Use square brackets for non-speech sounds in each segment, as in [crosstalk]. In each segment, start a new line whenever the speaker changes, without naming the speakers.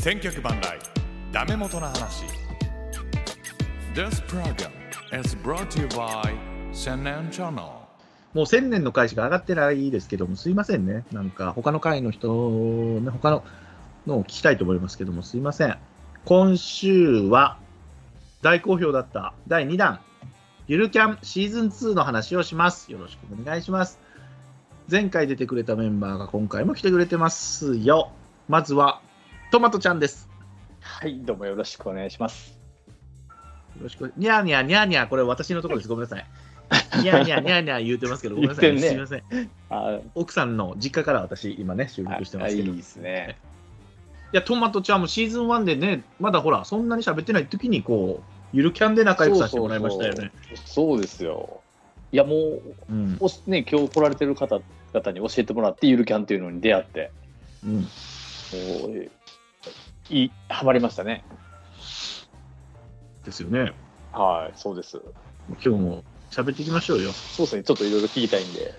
千脚万来ダメ元の話 This program is brought to you by 千年チャンネル
もう1000年の回しか上がってないですけども、すいませんね。なんか、他の回の人の、他ののを聞きたいと思いますけども、すいません。今週は、大好評だった第2弾、ゆるキャンシーズン2の話をします。よろしくお願いします。前回出てくれたメンバーが今回も来てくれてますよ。まずは、トマトちゃんです。
はい、どうもよろしくお願いします。
よろしく。にゃーにゃーにゃーにゃー、これ私のところです。ごめんなさい。にゃーにゃーにゃーにゃー言うてますけど、ごめんなさい、
言ってんね
すいません。
あ
奥さんの実家から私、今ね、収録してま
あ
す
い
けど。
いですね。
いや、トマトちゃんもシーズン1でね、まだほら、そんなに喋ってない時に、こう、ゆるキャンで仲良くさせてもらいましたよね。
そうそうそう。そうですよ。いや、もう、
うん
おね、今日来られてる方々に教えてもらって、ゆるキャンっていうのに出会って、
うん
もう、いい、ハマりましたね。
ですよね。
はい、そうです。
今日も喋っていきましょうよ。
そうですね、ちょっといろいろ聞きたいんで、よ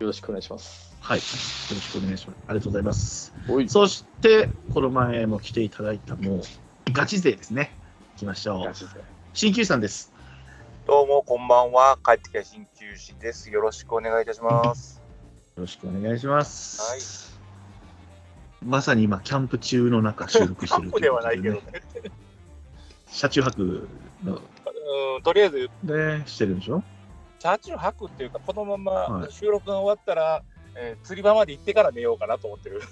ろしくお願いします。
はい。よろしくお願いします。ありがとうございます。
おい、
そして、この前も来ていただいた、もう、ガチ勢ですね。いきましょう
ガ。チで
鍼灸師さんです。
どうもこんばんは。帰ってきた鍼灸師です。よろしくお願いいたします。
よろしくお願いします。
はい。
まさに今、キャンプ中の中、収録して
過
る
去では [laughs] ないけど
と
ね
うこと。でね。車中泊の、
うん、とりあえず、
ね、してるんでしょ
車中泊っていうか、このま
は
ま
い
収録が終わったら、えー釣り場まで行ってから寝ようかなと思ってる。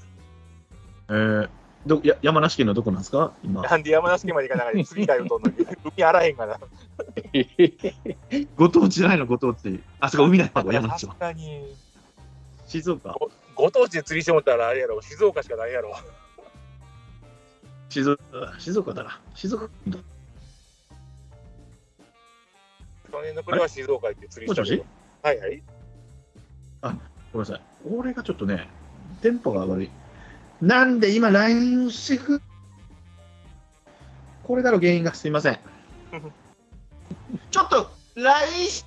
えー、どや山梨県のどこなんですか今。
なんで山梨県まで行かないで釣りだよとんのに、 [laughs] 海あらへんから。
ご当地じゃないの、ご当地。あ、そこ海ないのか、山
さ
梨
す
は。
がに、
静岡。
ご当地で釣りしてもったらあれやろ、静岡しかないやろ。
静岡静岡だな。静岡。
去年の暮れは静岡行って釣りしたけど
もしも
はいはい。
ごめんなさい。俺がちょっとね、テンポが悪い。なんで今、LINE をしてくこれだろ、原因が。すいません。ちょっと、LINE し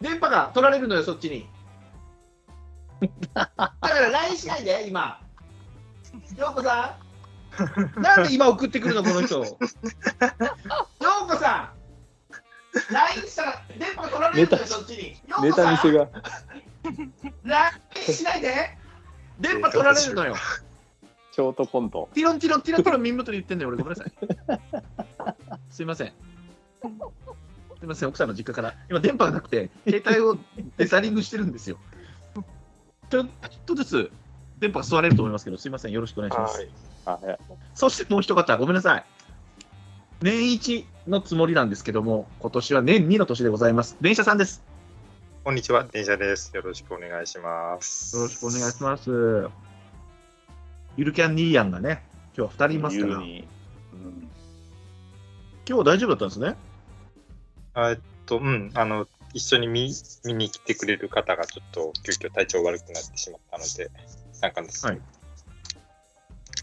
電波が取られるのよ、そっちに。だから LINE しないで、今。ようこさん。なんで今送ってくるの、この人。ようこさん。LINE したら電波が取られるのよ、
ネタ
そっちに。よう
ネ
こさ
タ
ん
見せが、
ラッしないで電波取られるのよ。
ショートコント。
ティロンティロンティロンティロン耳元で言ってんのよ、俺ごめんなさい。すいません。すいません、奥さんの実家から。今、電波がなくて、携帯をデザリングしてるんですよ。ちょっとずつ電波が吸われると思いますけど、すいません、よろしくお願いしま
は
す。
い。
はい
そしてもう一方、ごめんなさい。年一のつもりなんですけども、今年は年二の年でございます。電車さんです。
こんにちは、電車です。よろしくお願いします。
よろしくお願いします。ゆるキャンニーヤンがね、今日は2人いますから。
言うにうん
今日は大丈夫だったんですね。
えっと、うん、あの、一緒に見見に来てくれる方がちょっと急遽体調悪くなってしまったので、なんかです、
はい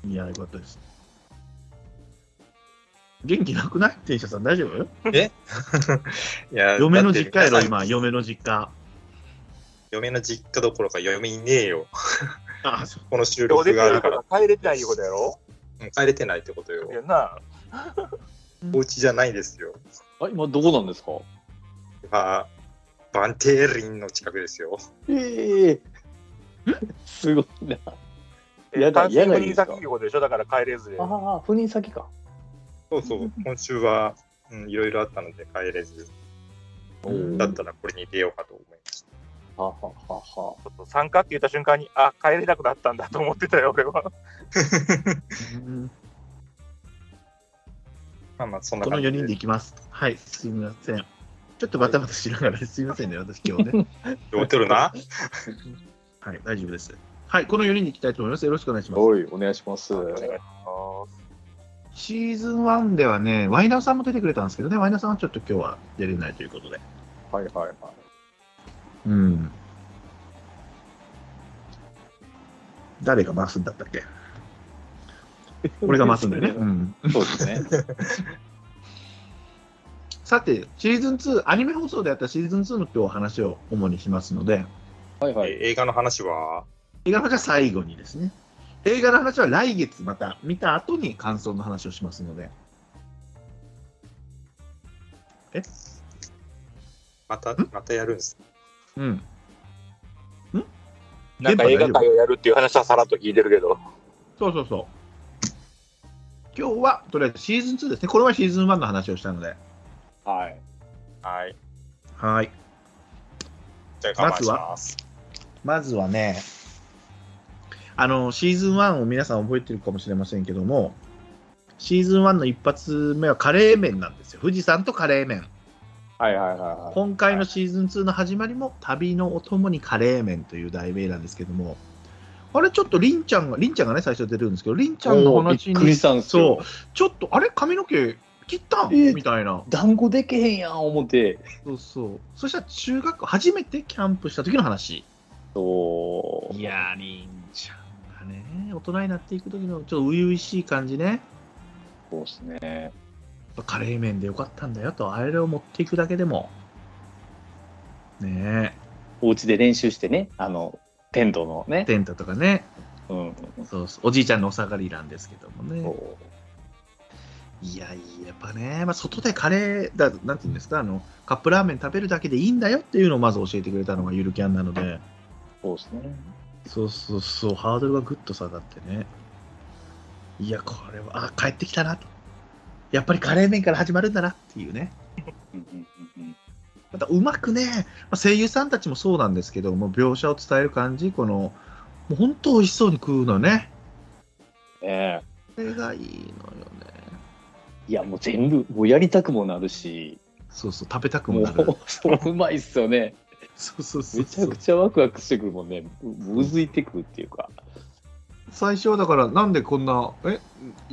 いや、よかったです。元気なくない店車さん、大丈夫
いや
嫁の実家やろ、
だって皆さん
今、嫁の実家。
嫁の実家どころか嫁いねえよ。
あ、そう
この収
今日出
録
て
があ
る
る
か
から、
ら帰れてないいうことやろ。
うん帰れてないってことよ
い。やな、
お家じゃないですよ。
あ、今どこなんですか
まあ、バンテーリンの近くですよ。
ええ [laughs] すごいな。やだ
単身
やだ
赴
いい
任
ですか
先いうことでしょ、だから帰れずで。
ああ、赴任先か。
そう
[laughs]
そう、今週は、うん、いろいろあったので帰れず、
うん
だったらこれに出ようかと思いました。
はははは。
ちょっと参加って言った瞬間に、あ、帰れなくなったんだと思ってたよ、俺は。
うん
まあまあ、そんな
この
感じ
4人で行きます。はい、すいません。ちょっとバタバタしながら、すいませんね、私、今日 [laughs] ね。
酔ってるな。
はい、大丈夫です。はい、この4人で行きたいと思います。よろしくお願いします。
おい、お願いします。
お願いし
は
ます
シーズン1ではね、ワイナーさんも出てくれたんですけどね、ワイナーさんはちょっと今日は出れないということで。
いはいはい。
うん。誰が回すんだったっけ俺が回すんだよね。うん
そうですね。
さて、シーズン2、アニメ放送でやったシーズン2の今日話を主にしますので、
[laughs] はいはい。
えー映画の話は
映画の話は最後にですね。映画の話は来月また見た後に感想の話をしますので。
また、またやるんです。
うん。ん
なんか映画界をやるっていう話はさらっと聞いてるけど。
そうそうそう。今日はとりあえずシーズン2ですね。これはシーズン1の話をしたので。
はい。
はい。
はい。
じゃあ我慢します。
まずはね、あの、シーズン1を皆さん覚えてるかもしれませんけども、シーズン1の一発目はカレー麺なんですよ。富士山とカレー麺。
はいはいはいはい。
今回のシーズン2の始まりも、旅のお供にカレー麺という題名なんですけども、あれ、ちょっとりんちゃんが、りんちゃんがね、最初出るんですけど、りんちゃんの話
びっくり
に、
したんです
そ
よ。
う、ちょっと、あれ、髪の毛切ったん
え
みたいな。
団子でけへんやん思って。
そうそう。そしたら中学校、初めてキャンプした時の話。
そう。
いやー、りんちゃんがね、大人になっていく時の、ちょっと初々しい感じね。
そうですね。
カレー麺でよかったんだよと、あれを持っていくだけでも。ね
お家で練習してね、あの、テントの
え、
ね。
テントとかね、
うん。
そうそうおじいちゃんのお下がりなんですけどもね。
そう
いやいや、やっぱね、まあ、外でカレーだ、なんていうんですかあの、カップラーメン食べるだけでいいんだよっていうのをまず教えてくれたのがゆるキャンなので、
そうですね。
そうそうそう、ハードルがぐっと下がってね、いや、これは、あ、帰ってきたなと、やっぱりカレー麺から始まるんだなっていうね、
うんうんうんうん。
またうまくね、まあ声優さんたちもそうなんですけども、描写を伝える感じ、この、もう本当美味しそうに食うのね、
ええ
これがいいのよね、
いや、もう全部、もうやりたくもなるし、
そうそう、食べたくも
も
なる。
う、そう、うまいっすよね。
そうそうそうそう
めちゃくちゃワクワクしてくるもんね。ううずいてくるっていうか。
最初はだからなんでこんなえ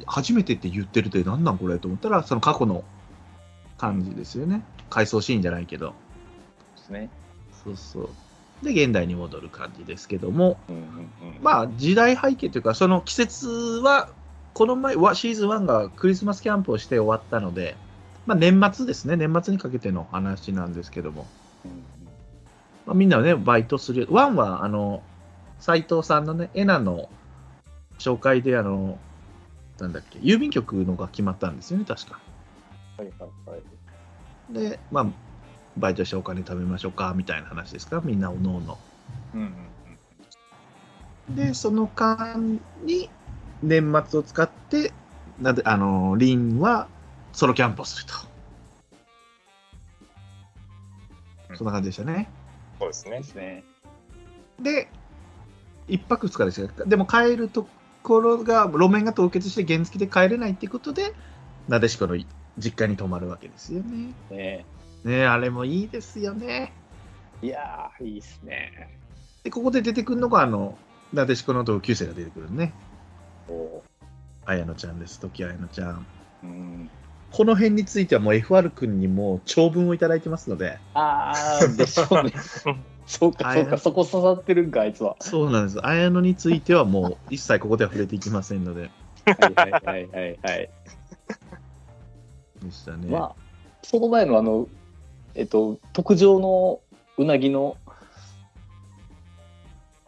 初めてって言ってるって何なんこれと思ったらその過去の感じですよね回想シーンじゃないけど
ですね。
そうそうで現代に戻る感じですけども
うんうんうん。
まあ時代背景というかその季節はこの前はシーズン1がクリスマスキャンプをして終わったので、まあ、年末ですね年末にかけての話なんですけども、
うんうん
まあ、みんなねバイトする1はあの斎藤さんのねエナの紹介であのなんだっけ郵便局のが決まったんですよね確か
はいはいはい。
でまあバイトしてお金食べましょうかみたいな話ですからみんなおのおの
うんうん
でその間に年末を使ってなんであのリンはソロキャンプをすると、
うん
そんな感じでしたね
そうです
うん。
ね
で。すね。
で、一泊二日ですよ。でも帰るところが、路面が凍結して原付で帰れないってことで、なでしこの実家に泊まるわけですよね。
ね
ねえあれもいいですよね。
いやー、いいっすね。
で、ここで出てくるのが、あの、なでしこの同級生が出てくるね。
お
綾乃ちゃんです、時綾乃ちゃん。
うん。
この辺についてはもう FR 君にもう長文をいただいてますので、
あー、でしょうね。そうか、そう
はい
か、そこ刺さってるんか、あいつは。
そうなんです。綾乃についてはもう一切ここでは触れていきませんので、
はいはいはいはい。
でしたね。
まあ、その前のあの、えっと、特上のうなぎの、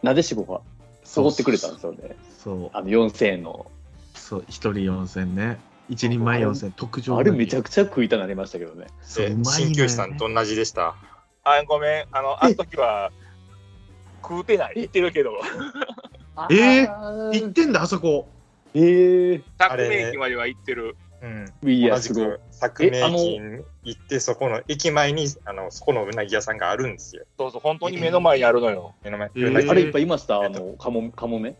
なでしこが、そごってくれたんですよね。
そう。
あの、4000円の。
そう、1人4000ね。1人前4000、特上
あれめちゃ
くち
くちゃ食いたなりましたけどね。
そう、う
で、
まい、ね。
鍼灸師さんと同じでした。
あ、ごめん。あの、あの時は、食うてない。言ってるけど。
え行っ
ー、
てんだ、あそこ。
えー、
百名駅までは行ってる。
うん。
いや、
同
す
じ
ごい
く。作
え
名
あの
駅に行って、そこの駅前に、あの、そこのうなぎ屋さんがあるんですよ。
そうそう、本当に目の前にあるのよ。
目の前。
えー
うなぎ
あれいっぱいいました、あの、カモカモメ。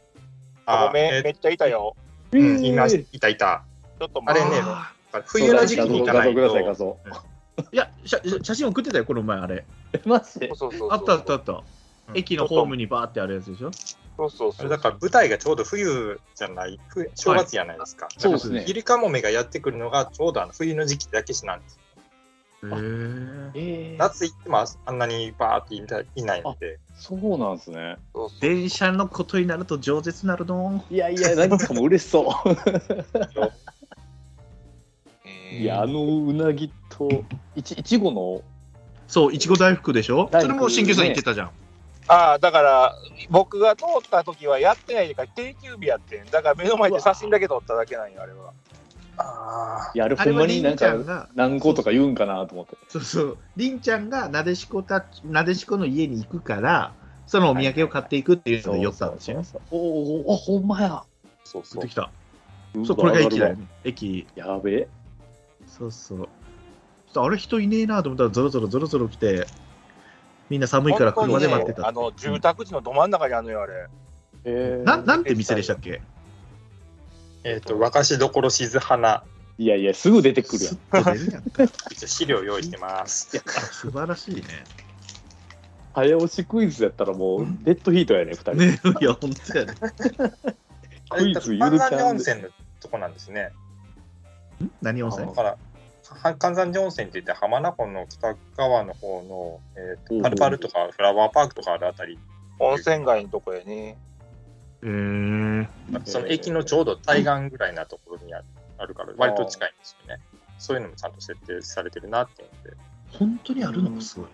あ、
あ
ごめん、
えー
めっちゃいたよ。
うん、いま
え
し
ー
いたいた。
ちょっと
あれね
あ
冬の時期に行かない
画像ください、画
と。
像。
ーいや写、写真送ってたよ、この前、あれ。
マジで
そうそうそう。
あったあったあった。
うん
駅のホームにバーってあるやつでしょ。
そうそう
あ
そ
れ
う。
だから舞台がちょうど冬じゃない、冬正月じゃないですか。
そうです
ゆ
ね
り。イルカモメがやってくるのがちょうどあの冬の時期だけしなんです。
へー
えー、
夏行ってもああんなにバーっていないいないので、
そうなんですね。
そうそう
電車のことになると、饒舌なるの。
いやいや、何かもう嬉しそう。
えー
[laughs] いや、あのうなぎと、いちいちごの
そう、いちご大福でしょ。
大
そ
福 [laughs]
れも新旧さん言ってたじゃん。
ああ、だから、僕が通った時はやってないから、定休日やってん。だから目の前で写真だけ撮っただけなんや、あれは。
あ
いや、あれ
あ
ほ
れ
んま
は
に
り
なん
んちゃ
か
ん、が、
何個とか言うんかなと思って。
そうそう、りんちゃんがなでしこたちなでしこの家に行くから、そのお土産を買っていくっていうので寄ったんですよね。
そうそうそうおーおー、ほんまや。
そうそ
寄って
う
き。た。
う
そう、
わ
これが駅だ
上
よ
がる
ね。駅、
わやべえ。
そうそう。ちょっとあれ人いねえなと思ったら、ゾロゾロゾロゾロ来て、みんな寒いから車で待ってた。
あの、住宅地のど真ん中にあるのよ、あれ。
え
ななんて店でしたっけ
えっ、と、若しどころしず花。
いやいや、すぐ出てくるや
す
ん
っ。と出る
[laughs]
やんか
一応資料用意してます。
素晴らしいね。
早押しクイズやったらもう、デッドヒートやね、二人。
ね [laughs] いや、本当やね。
クイズゆ
あれ
るキ
多分関山寺
ャン
温
で。
泉のとこなんですね。
何温
だ
泉
から、は関山寺温泉って言って浜名湖の北側の方の、えー
うんうん
とパルパルとかフラワーパークとかあるあたり、
温泉街のとこやね。
えー、
その駅のちょうど対岸ぐらいなところにあるあるから、割と近いんですよね。そういうのもちゃんと設定されてるなって思って。
本当にあるのもすごい。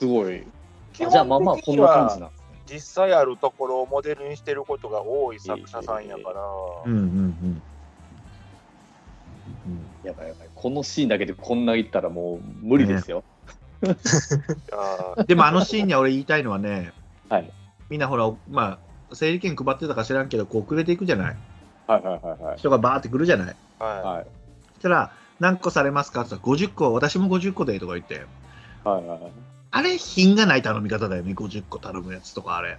すごい。
基本的に
あ
は
じゃあまあまあ、こんな感じなんですね。
実際あるところをモデルにしてることが多い作者さんやから、
うんうんうん。うん
やばいやばい。このシーンだけでこんな行ったらもう無理ですよ。
あ
でもあのシーンには俺言いたいのはね、
はい
みんなほら、まあ、整理券配ってたか知らんけど、こう遅れていくじゃない。
はいはいはいはい。
人がバーって来るじゃない。
ーはい
はい
そしたら、何個されますかって言ったら、50個、私も50個でとか言って、
はいはいはい。
あれ、品がない頼み方だよね、50個頼むやつとか、あれ。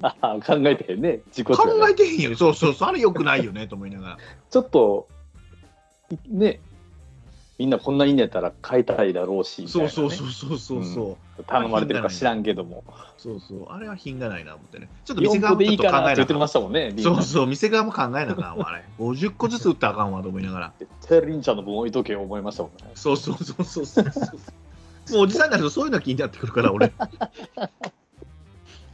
あはは [laughs] 考えてへんね。自己中
考
やね
えてへんよ、そうそうそう、あれよくないよねと思い
[laughs]
ながら。
ちょっと、ね、みんなこんなにいいんやったら買いたいだろうし、みたい
そ
な
う
ね
そうそうそうそうそう、
頼まれてるか知らんけども、
そうそう、あれは品がないな思ってね。ちょっと店
4個
側も
で
ち
い
ょっ
い
と
か
考
なって
えな
言って
が
ましたもんね、
ら。そう
う。
そう、店側も考えなあかんわ、あ
[laughs]
れ。50個ずつ売ったらあかんわと思いながら。
絶対りんちゃんの分置いとけよ思いましたもんね。
そうそうそうそうそうそう。もうおじさんになるとそういうの気になってくるから、俺。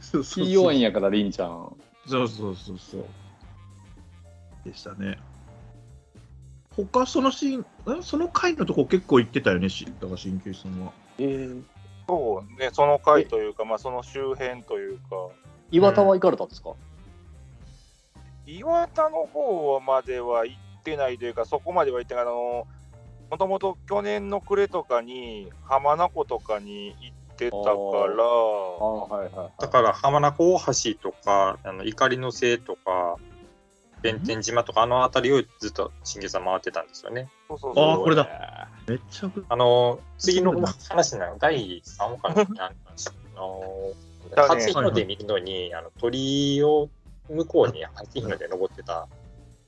そうそうそ
気弱
う
いんやから、りんちゃん。
そうそうそうそう。でしたね。他そのシーン、えその回のとこ結構行ってたよね、しだから鍼灸師さんは。
えー、
そうね、その回というか、まあ、その周辺というか、
岩田は行かれたんですか、
岩田の方までは行ってないというか、そこまでは行ってない、あのもともと去年の暮れとかに、浜名湖とかに行ってたか
あ
ら、
あ、はいはい、はい。
だから浜名湖大橋とか、あの怒りの星とか、弁天島とか、あの辺りをずっと信玄さん回ってたんですよね。
そうそう
ああ、
そ
これだ。めっちゃ
あの、次の
そうだ
話なの、第3話かななんかあの、
だね
初日の出見るのに、あの鳥を向こうに初日の出登ってた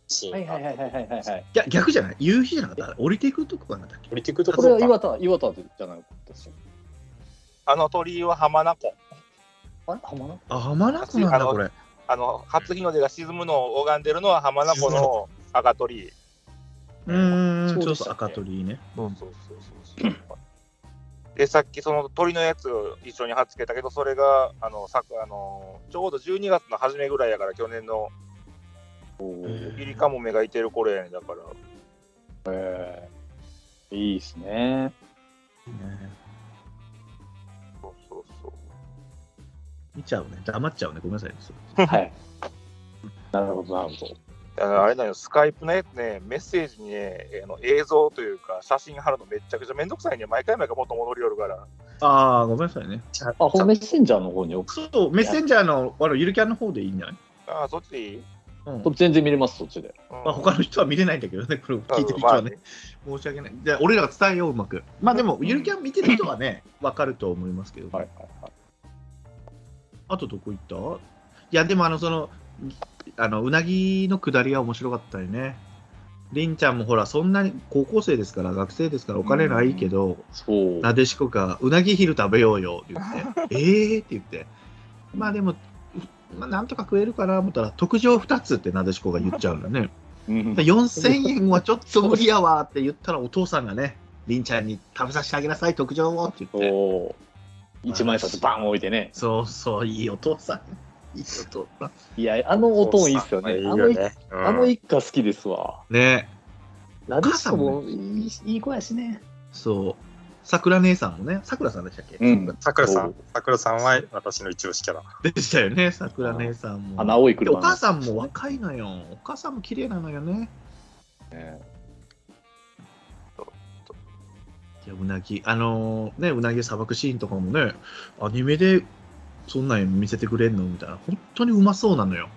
シー
はい
ンが、
はいはいはいはいはいはい。
いや逆じゃない夕日じゃなかった降りていくとこかなだっけ
降りていくとこ
それは
ろが、
岩田、岩田じゃないですよ。
あの鳥居は浜名湖、
あれ浜名
あ浜名湖なんだこれ
あの初日の出が沈むのを拝んでるのは浜名湖の赤鳥居。
うーん
そう
そう
でした
そう
っけ
赤鳥居ね
そうそうそうそうそう。で、さっきその鳥のやつを一緒に貼っつけたけど、それが、あの、さあのちょうど12月の初めぐらいやから、去年の
湖
イリカモメがいてる頃やねんだから。
えー、いいですね。
ね
そうそうそう。
見ちゃうね黙っちゃうねごめんなさいそう
[laughs] はい。なるほど、なるほど。
あのあれだよ、スカイプのやつね、メッセージにね、あの映像というか、写真貼るのめっちゃくちゃめんどくさいね。毎回毎回元戻りよるから。
ああごめんなさいね
あ、このメッセンジャーの方に送
そうメッセンジャーのあのゆるキャンの方でいいんじゃない、
ああ、そっちでいい、
うん
る全然見れます、そっちで。
うん
まあ、他の人は見れないんだけどねこれを聞いてる人はね、申し訳ないじゃあ俺らが伝えよううまくまあでもゆるキャン見てる人はねわかると思いますけど、
はいはいはい。
あとどこ行ったいや、でもあの、その、あの、うなぎの下りは面白かったよね。りんちゃんもほら、そんなに高校生ですから、学生ですから、お金ないけど、
そう。
なでしこが、うなぎ昼食べようよって言っ
[laughs]
て、ええって言って、まあでも、まあ、なんとか食えるかなと思ったら、特上2つってなでしこが言っちゃうのね。
うん
4000円はちょっと無理やわって言ったら、お父さんがね、りんちゃんに食べさせてあげなさい、特上をって言って。
お一枚札バン置いてね。
そうそう、いいお父さん。いいお父さん。
いや、あのおとんいいっすよね。
いい
あ
よ
の一
ね。うん
あの一家好きですわ。
ね
なでしこも
お
いいいい子やしね。
そう。桜姉さんもね、桜さんでしたっけ、
うん
さくらさ、
おうん
さくらさんは私の一押しキャラ。
でしたよね、桜姉さんも。
あの青い
で
車
お
の
母さんも若いのよ。お母さんも綺麗なのよね。
ね
いや、うなぎ、あのーね、うなぎをさばくシーンとかもね、アニメでそんなん見せてくれんのみたいな、本当にうまそうなのよ。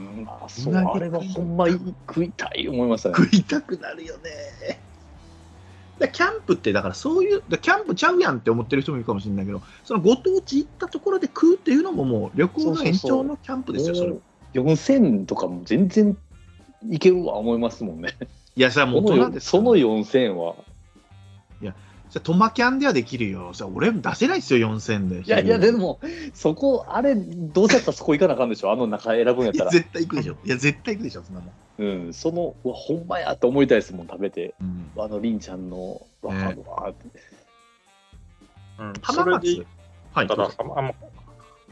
うんあそう
うなぎ
あれはほんまい食いたい思いましたね。
食いたくなるよね。でキャンプって、だからそういう、でキャンプちゃうやんって思ってる人もいるかもしれないけど、そのご当地行ったところで食うっていうのも、もう旅行の延長のキャンプですよ、それ
もう4000とかも全然いけるわ思いますもんね。
いや、それはもう
そ
大人
の
ですか
そ
ら
の4000は。
それトマキャンではできるよ。それ俺も出せないですよ、4000で。
いやいや、でも、そこ、あれ、どうせやったらそこ行かなあかんでしょ、あの中選ぶんやっ
いや
たら。
[laughs] 絶対行くでしょ。いや、絶対行くでしょ、そんなもん。
うん、その、うわ、ほんまやと思いたいですもん、食べて。
うん、
あの、りんちゃんの、わかるわ、って
うん、
浜
それで
松。はい。
ただ、
どうぞ
浜浜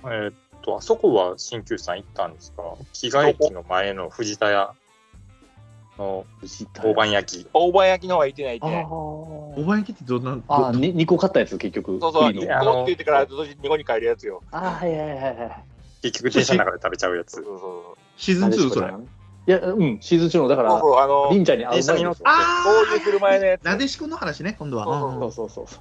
えーっと、あそこは鍼灸師さん行ったんですか木が駅の前の藤田屋の
藤田
大判焼き。
大判焼きの方がいてないいて
あ
ない。
お
ー
ばやきってどんな、ど
あー、に2個買ったやつ、結局。
そうそう、
栗
い
の
や
戻って言ってから、同時に日本に帰るやつよ。
あー、はいはいはいはい。
結局電車の中で食べちゃうや
そう
つ。
そうそう。
シーズン
何でし
2
た
そ
っ
れ
け。いや、うん、シーズン中の、だか
そう
ら、
そう、あの、
りんちゃんに会う
電車
前
に乗
で
っ
す
て
よ。
あ
そういう車屋のやつ。
なでしこの話ね、今度は。
そ
うん
うそうそうそ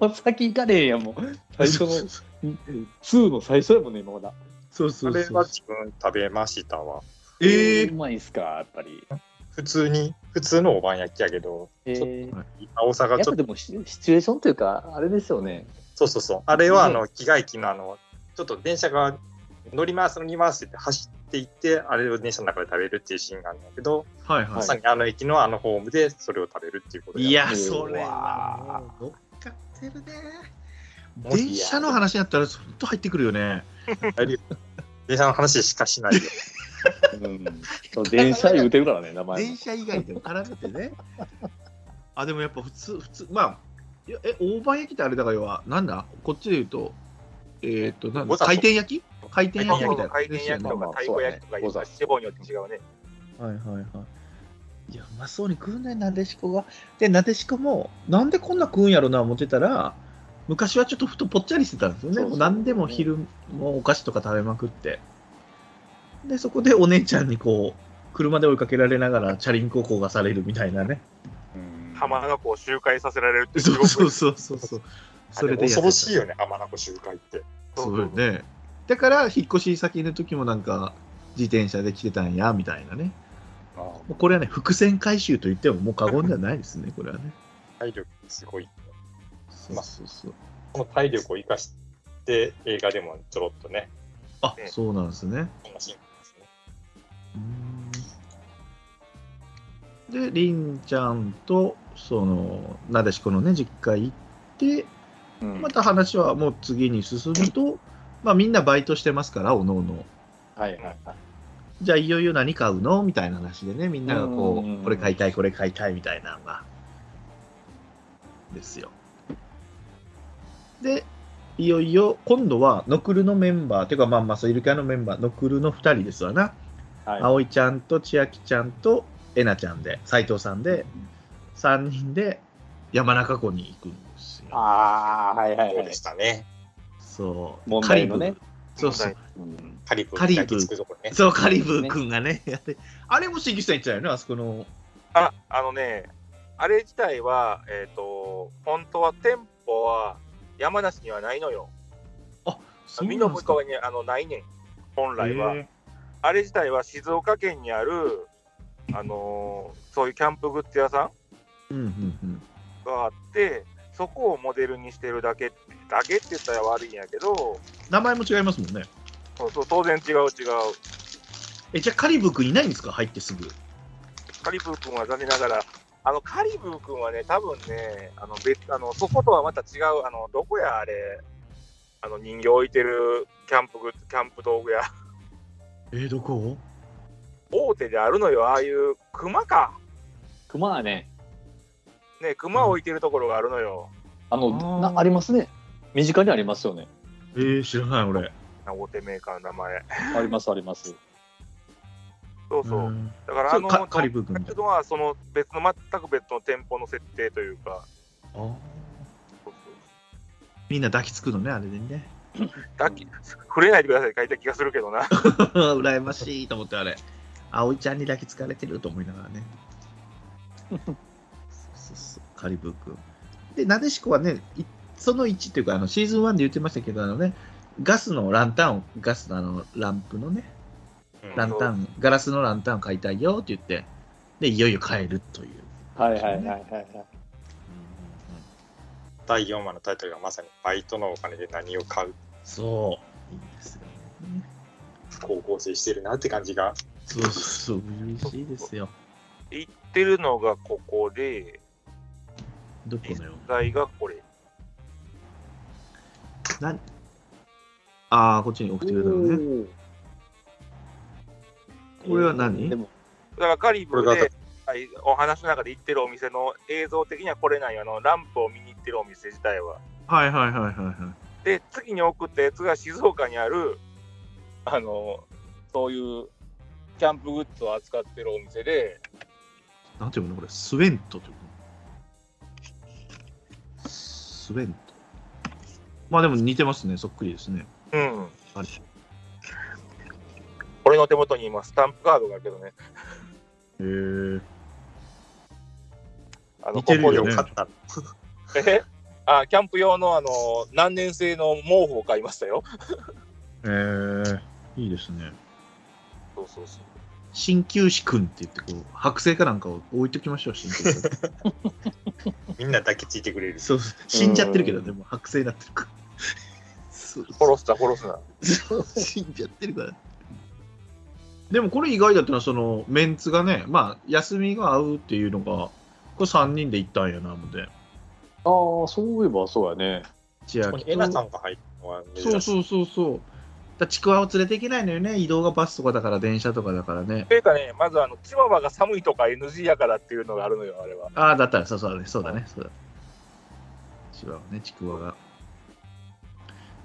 う。もう先行かれへんやんもう。最初の、2の最初やもんね、今まだ。
そうそ
あ
う
れ
そ
は
う。
自分食べましたわ。
ええ
うまいっすか、やっぱり。
普通に、普通のおばん焼きやけど、
え
ちょっ
ー
青さ
や
が
っ
ちょ
ぱ
っ
で
と、
もシシチュエーションというか、あれですよね。
そうそうそう。あれは、あ
ね
の、木が駅のあの、ちょっと電車が乗ります、乗りますって走っていって、あれを電車の中で食べるっていうシーンがあるんだけど、
はいは
ま
い。
さにあの駅のあのホームでそれを食べるっていうこと
い
や
や、それはもう乗っかってるね。電車の話やったら、ほんと入ってくるよね。
電車の話しかしないよ。
[laughs]
うん、そう電車言うてるからね、名前
電。車以外でも絡めてね。 [laughs] あ、でもやっぱ普通、普通、まあ、いやえ、大判焼きってあれだから、要は、なんだこっちで言うと、えーっと、なんだ
おざと
回転焼き回転
そう
焼き
そう
み
そ
たいな
う。回転焼きと
まあ
か
まあ
太鼓焼きとかいろん
そう
な
だね
地方によって違うね。
はいはいはい。いや、うまそうに食うね、なでしこが。で、なでしこも、なんでこんな食うんやろな、思ってたら、昔はちょっとふとぽっちゃりしてたんですよね。
そうそう
もう何でも昼もお菓子とか食べまくって。で、そこでお姉ちゃんにこう、車で追いかけられながら、チャリンコを焦がされるみたいなね。
うん
浜名湖を周回させられるってす
そ
ご
う
く
そうそうそうそう。 [laughs] それで
恐ろ
い
しいよね、浜名湖集会って。
そうよね。だから、引っ越し先の時もなんか、自転車で来てたんや、みたいなね。
あ
もうこれはね、伏線回収と言ってももう過言じゃないですね、これはね。
あ体力すごい。
そうそうそう。
この体力を生かして、映画でもちょろっとね、
あ
ええ
そうなんですね。
こんなシーンですね。
で、りんちゃんと、その、なでしこのね、実家行って、
うん
また話はもう次に進むと、まあみんなバイトしてますから、おのおの。
はいはいはい。
じゃあいよいよ何買うのみたいな話でね、みんながこ
うんうんうん
う、これ買いたい、これ買いたいみたいなのが、ですよ。で、いよいよ、今度は、ノクルのメンバー、ていうかまあまあ、そうイルキャのメンバー、ノクルの2人ですわな。
はい、
葵ちゃんと千秋ちゃんとえなちゃんで斉藤さんで3人で山中湖に行くんですよ。
ああ、はいはい
そ
は
う
い
で。したね。
そう
問題の
カ
ね
リブそうそう
うん
カリブ
カリブ
焼きつくとこね。
そうカリブ君がねやってあれも関口さん言ってたよねあそこの
あ、あのね、あれ自体は、えっ、と、本当は店舗は山梨にはないのよ。美濃向こうにあのないねん、本来は。
へ
あれ自体は静岡県にある、あのーそういうキャンプグッズ屋さ
ーうんうんうん
んがあって、そこをモデルにしてるだけ、だけって言ったら悪いんやけど、
名前も違いますもんね
そうそう当然違う違う。
えじゃあカリブ君いないんですか入ってすぐ
カリブー君は残念ながら、あのカリブー君はね、多分ね、あの別あのそことはまた違う、あのどこやあれ、あの人形置いてるキャンプグッズキャンプ道具屋、
えーどこ
大手であるのよ、ああいう熊か、
熊はね、
ね、熊置いてるところがあるのよ。
あ
あー
のな、ありますね。身近にありますよね。
えー、知らない俺
大手メーカーの名前。
ありますあります。
そうそう。
ん
だから
そ
あ
う
の
カカリブー君みたい
のはその別の全く別の店舗の設定というか、
あーみんな抱きつくのね、あれでね。 [laughs]
だっき触れないでくださいって書いた気がするけど
[laughs]
な。
羨ましいと思って、あれ。葵ちゃんに抱きつかれてると思いながら [laughs] ね。そうそうカリブー君。で、なでしこはね、いその1というか、あのシーズン1で言ってましたけど、あのね、ガスのランタンを、ガスのあのランプのね、
うん
ランタン、ガラスのランタンを買いたいよって言って、で、いよいよ帰るという。
はいはいはいはいはい。
第4話のタイトルがまさにバイトのお金で何を買う
そう。いいですよね。
高校生してるなって感じが
そうそうそう、嬉しいですよ。
言ってるのがここで、
どこのよ。
題がこれ。
なんああ、こっちに送ってくれたのね。これは何
でも、
だからカリブ
これが
ではいお話の中で行ってるお店の映像的にはこれなんよあのランプを見に行ってるお店自体は。
はいはいはいはいは
で、次に送ったやつが静岡にある、あの、そういうキャンプグッズを扱ってるお店で、
い。なんていうのこれ、スウェントというのスウェント。まあでも似てますね、そっくりですね。
うん。
あれ
俺の手元に今スタンプカードがあるけどね。
へー
あの
似てるよね
こ
よかった、
こでえあキャンプ用のあの何年製の毛布を買いましたよ。
えー、いいですね。
そうそうそう。
鍼灸師くんって言ってこう、剥製かなんかを置いときましょう、鍼灸師
みんな抱きついてくれる
そうそう死んじゃってるけどね、もう剥製になってるから。そう
殺すな、殺すな。
そう [laughs] 死んじゃってるから。でもこれ意外だったのは、そのメンツがね、まあ、休みが合うっていうのが、これ3人で行ったんやな、ので。
ああ、そういえばそうやね。
千
ここ
秋
にエナさ
と。
んが入るのは珍しい
そうそうそうそう。だちくわを連れていけないのよね、移動がバスとかだから、電車とかだからね。
というかね、まずあのチワワが寒いとか NG やからっていうのがあるのよ、あれは。
ああ、だったら、そうそうだね、そうだね、そうだ。千葉はね、ちくわが。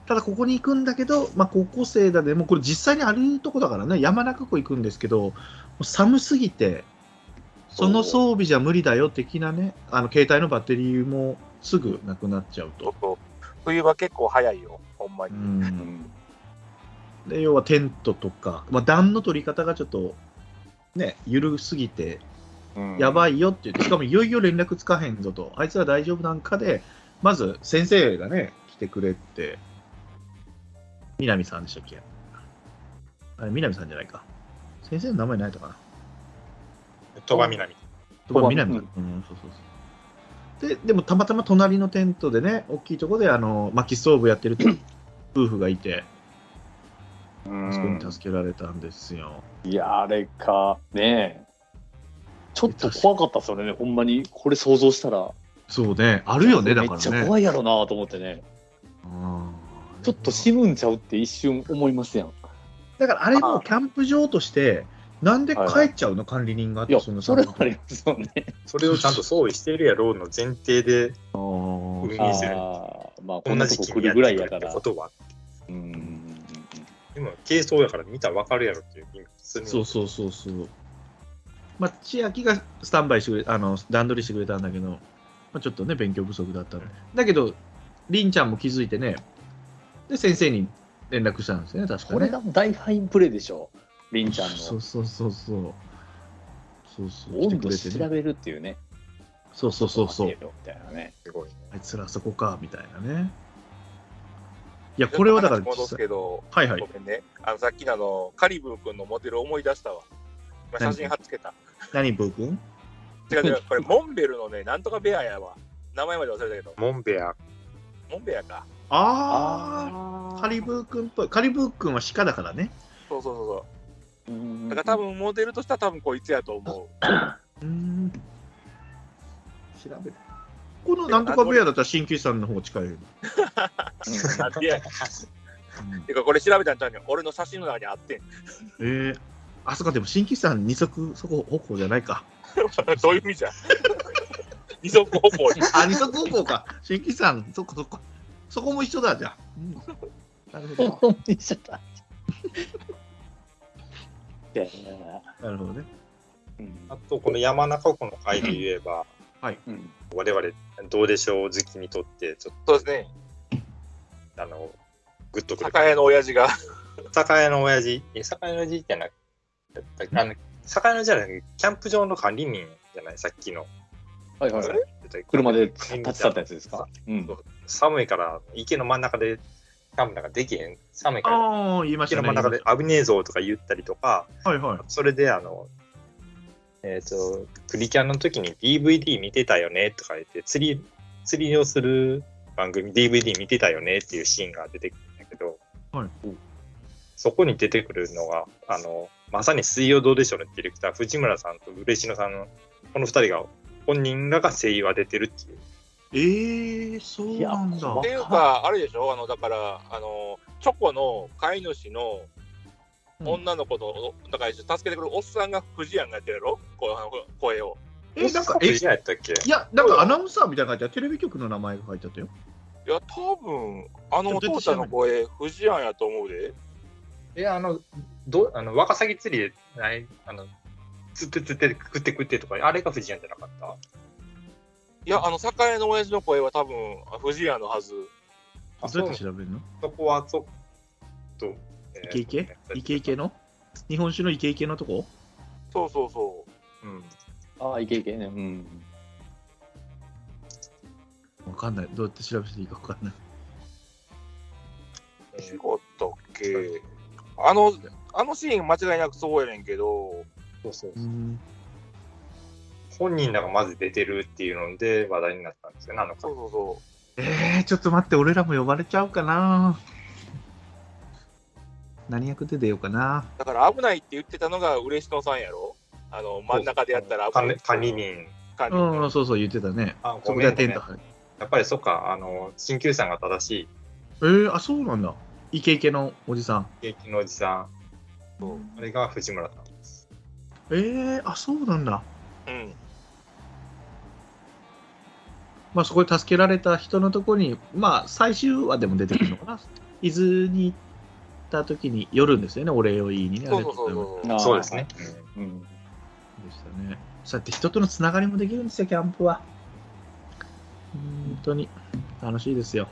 ただ、ここに行くんだけど、まあ、高校生だね、もうこれ実際にあるとこだからね、山中湖行くんですけど、もう寒すぎて、その装備じゃ無理だよ的なね、あの携帯のバッテリーもすぐなくなっちゃう
そう
と。
そう冬は結構早いよ、ほんま
う
に。
ん、
ん。
で要はテントとか、まあ、暖の取り方がちょっと、ね、緩すぎて、やば
い。
いよって言って、しかもいよいよ連絡つかへんぞと、あいつは大丈夫なんかで、まず先生がね、来てくれって、南さんでしたっけあれ、南さんじゃないか。先生の名前ないとかな。
鳥羽みなみ
とこ南さん。うん、そうそうそう。で、でもたまたま隣のテントでね、大きいとこで、あの、薪ストーブやってると [clears throat] 夫婦がいて、
う
そこ
ん
に、助けられたんですよ。
いや、あれか。ねえ。ちょっと怖かったですよね、ほんまに。これ想像したら。
そうね、あるよね、だ
め
か
っ
ら
ち
ね。
ゃ怖いやろなと思ってね。
うん
ちょっと死ぬんちゃうって一瞬思いますやん。
だからあれ
あ
も
ー
キャンプ場として、なんで帰っちゃうの、管理人がっ
いや、
て、の
それはありますよね。
それをちゃんと装備してるやろうの前提で運
3
営す
あ
る
あ、まあ、こ
同
んなと
じ
こ来
時期にや
る
っ
ぐら
て
い
く
や
る
か
って
ら
こ。とは
うん。
でも軽装やから見たらわかるやろっていう気がする
そうそうそうそう。まあ、千秋がスタンバイしてくれ、あの段取りしてくれたんだけど、まあ、ちょっとね、勉強不足だったんでだけど、凛ちゃんも気づいてね、で、先生に連絡したんですよね、確か
こ
に、
れ
ね。
が大ファインプレーでしょ。りんちゃん
そ
の
う。そうそうそう。そうそう。
温度
来てく
調
れてね。
べるっていうね。
そうそうそうそう
み。たいなね。
すごいね
あいつらあそこか、みたいなね。いや、これはだから
ちょっと話戻す
実際、
けど、
はいはい
ご。めんね。あのさっきのあのカリブー君のモデル思い出したわ。今写真貼っつけた。
何、ブー君
違う違う、これモンベルのね、なんとかベアやわ。名前まで忘れたけど、
モンベア
モンベアか。
ああ、カリ
ー。
ブー君っぽい。カリブー君は鹿だからね。
そうそうそうそう。
うん
だから多分モデルとしては多分こいつやと
[laughs]
思う。
うーん。調べる。このなんとかベアだったら鍼灸師さんの方が近いよね。
なんでや。てかこれ調べたんちゃうねん俺の写真の中にあってん。
ええー。あそっか、でも鍼灸師さん二足そこ歩行じゃないか。
どういう意味
[laughs]
じゃん。二足歩行 [laughs] に。
あ、二足歩行か。鍼灸師さん、そこそこ。そこも一緒だじゃあ。うん、なるほど。
本当にしちゃった。いやいやいや
なるほどね。
うん
あとこの山中湖の会で言えば
うん
我々どうでしょう好きにとってちょっ
そうですね。
あの、グッとくる。
栄の親父が。
酒屋の親父、え、酒屋の親父じゃなくて、あの、酒屋の親父じゃなくて、キャンプ場の管理人じゃない、さっきの。
はいはい。車で立ち去ったやつですかうん。
寒いから、池の真ん中で、キャンプなんかできへん。寒いから、
ああ、言いまし
池
た
の
ね。
真ん中で危ねえぞとか言ったりとか、
はいはい。
それであの、えっ、と、プリキャンの時に DVD 見てたよねとか言って、釣り、釣りをする番組 DVD 見てたよねっていうシーンが出てくるんだけど、
はい
そこに出てくるのが、あの、まさに水曜どうでしょうのディレクター、藤村さんと嬉野さんの、この二人が、本人らが声優は出てるっていう。
ええそうなんだ
いや。
っていうか、あれでしょあの、だから、あの、チョコの飼い主の女の子と、だから助けてくるおっさんが藤やんがやってるやろこうあの声を。
え、なんか、え、
え、
い
やったっけ
や、なんかアナウンサーみたいな感じで、テレビ局の名前が書いてあったよ。
いや、多分あのお
ちょっ
父
と
ちゃんの声、藤やんやと思うで。
え、あの、どあの、ワカサギ釣りで、ない、あの、釣って釣って食って食ってとか、あれが藤井やんじゃなかった
いや、あの、栄の親父の声は多分藤やんのはず。
あ
どうやって調べるの
そこはちょっと、え
イケ
ー
イケイケイケの日本酒のイケイケのとこ
そうそうそう。
うん。
ああ、いけいけね。うん。
わかんない。どうやって調べていいかわかんない。
え
仕
ー
事系あのあのシーン間違いなくそうやねんけど
そうそう
うん。
本人らがまず出てるっていうので話題になったんですよね、あの
そうそうそ
えー、ちょっと待って、俺らも呼ばれちゃうかな。何役で出ようかな。
うだから危ないって言ってたのが嬉野さんやろあの真ん中でやったら危
管
な
理
い
管理人。
管理人
うん、そうそう、言ってたね。
あ、
そ
ご
こ
め
で
ん、ご
テ
め
ント
んや
張る。
っぱりそっか、あの、鍼灸師さんが正しい、
えー、あ、そうなんだ。イケイケのおじさん。
現役のおじさ
そ
ん、あれが藤村さんです。
えー、あ、そうなんだ。
ううん
まあ、そこで助けられた人のところに、まあ、最終話でも出てくるの
[laughs]
かな。伊豆に行った時に寄るんですよね、お礼を言いにね。
そうそうそうそう
あー
そうですね。
うん。
でしたね。そうやって人とのつながりもできるんですよ、キャンプは。本当に楽しいですよ。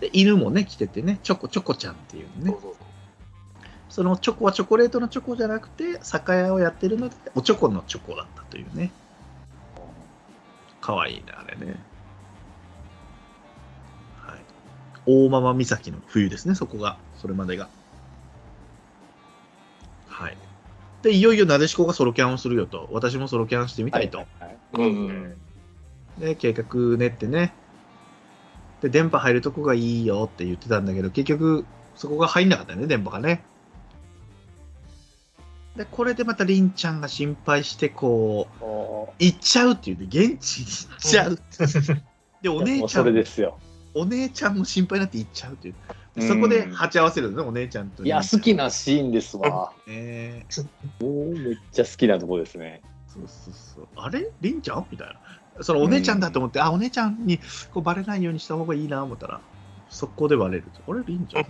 で、犬もね、来ててね、チョコ、チョコちゃんっていう
そ
ね
う。そう
そのチョコはチョコレートのチョコじゃなくて、酒屋をやってるので、おチョコのチョコだったというね。かわいいな、あれね。はい。大間々岬の冬ですね、そこが、それまでが。はい。で、いよいよなでしこがソロキャンをするよと、私もソロキャンしてみたいと。
はいはいはい
うんう
うんん。
で、計画練ってね。で、電波入るとこがいいよって言ってたんだけど、結局、そこが入んなかったよね、電波がね。で、これでまたりんちゃんが心配して、こう、行っちゃうっていうね、現地に行っちゃう。
[laughs]
で、お
も
姉
う
ちゃ
それ
ん、
ですよ。
お姉ちゃんも心配になって行っちゃうっていう。でそこで
うん
鉢合わせるのね、お姉ちゃんとりん
い
ちゃ
や、
ん。
好きなシーンです
[laughs]
わ。
ね。
めっちゃ好きなとこですね。
そうそうそう。あれりんちゃんみたいな。そのお姉ちゃんだと思って、あ、お姉ちゃんにこうバレないようにした方がいいな思ったら、速攻でバレる。あれりんちゃん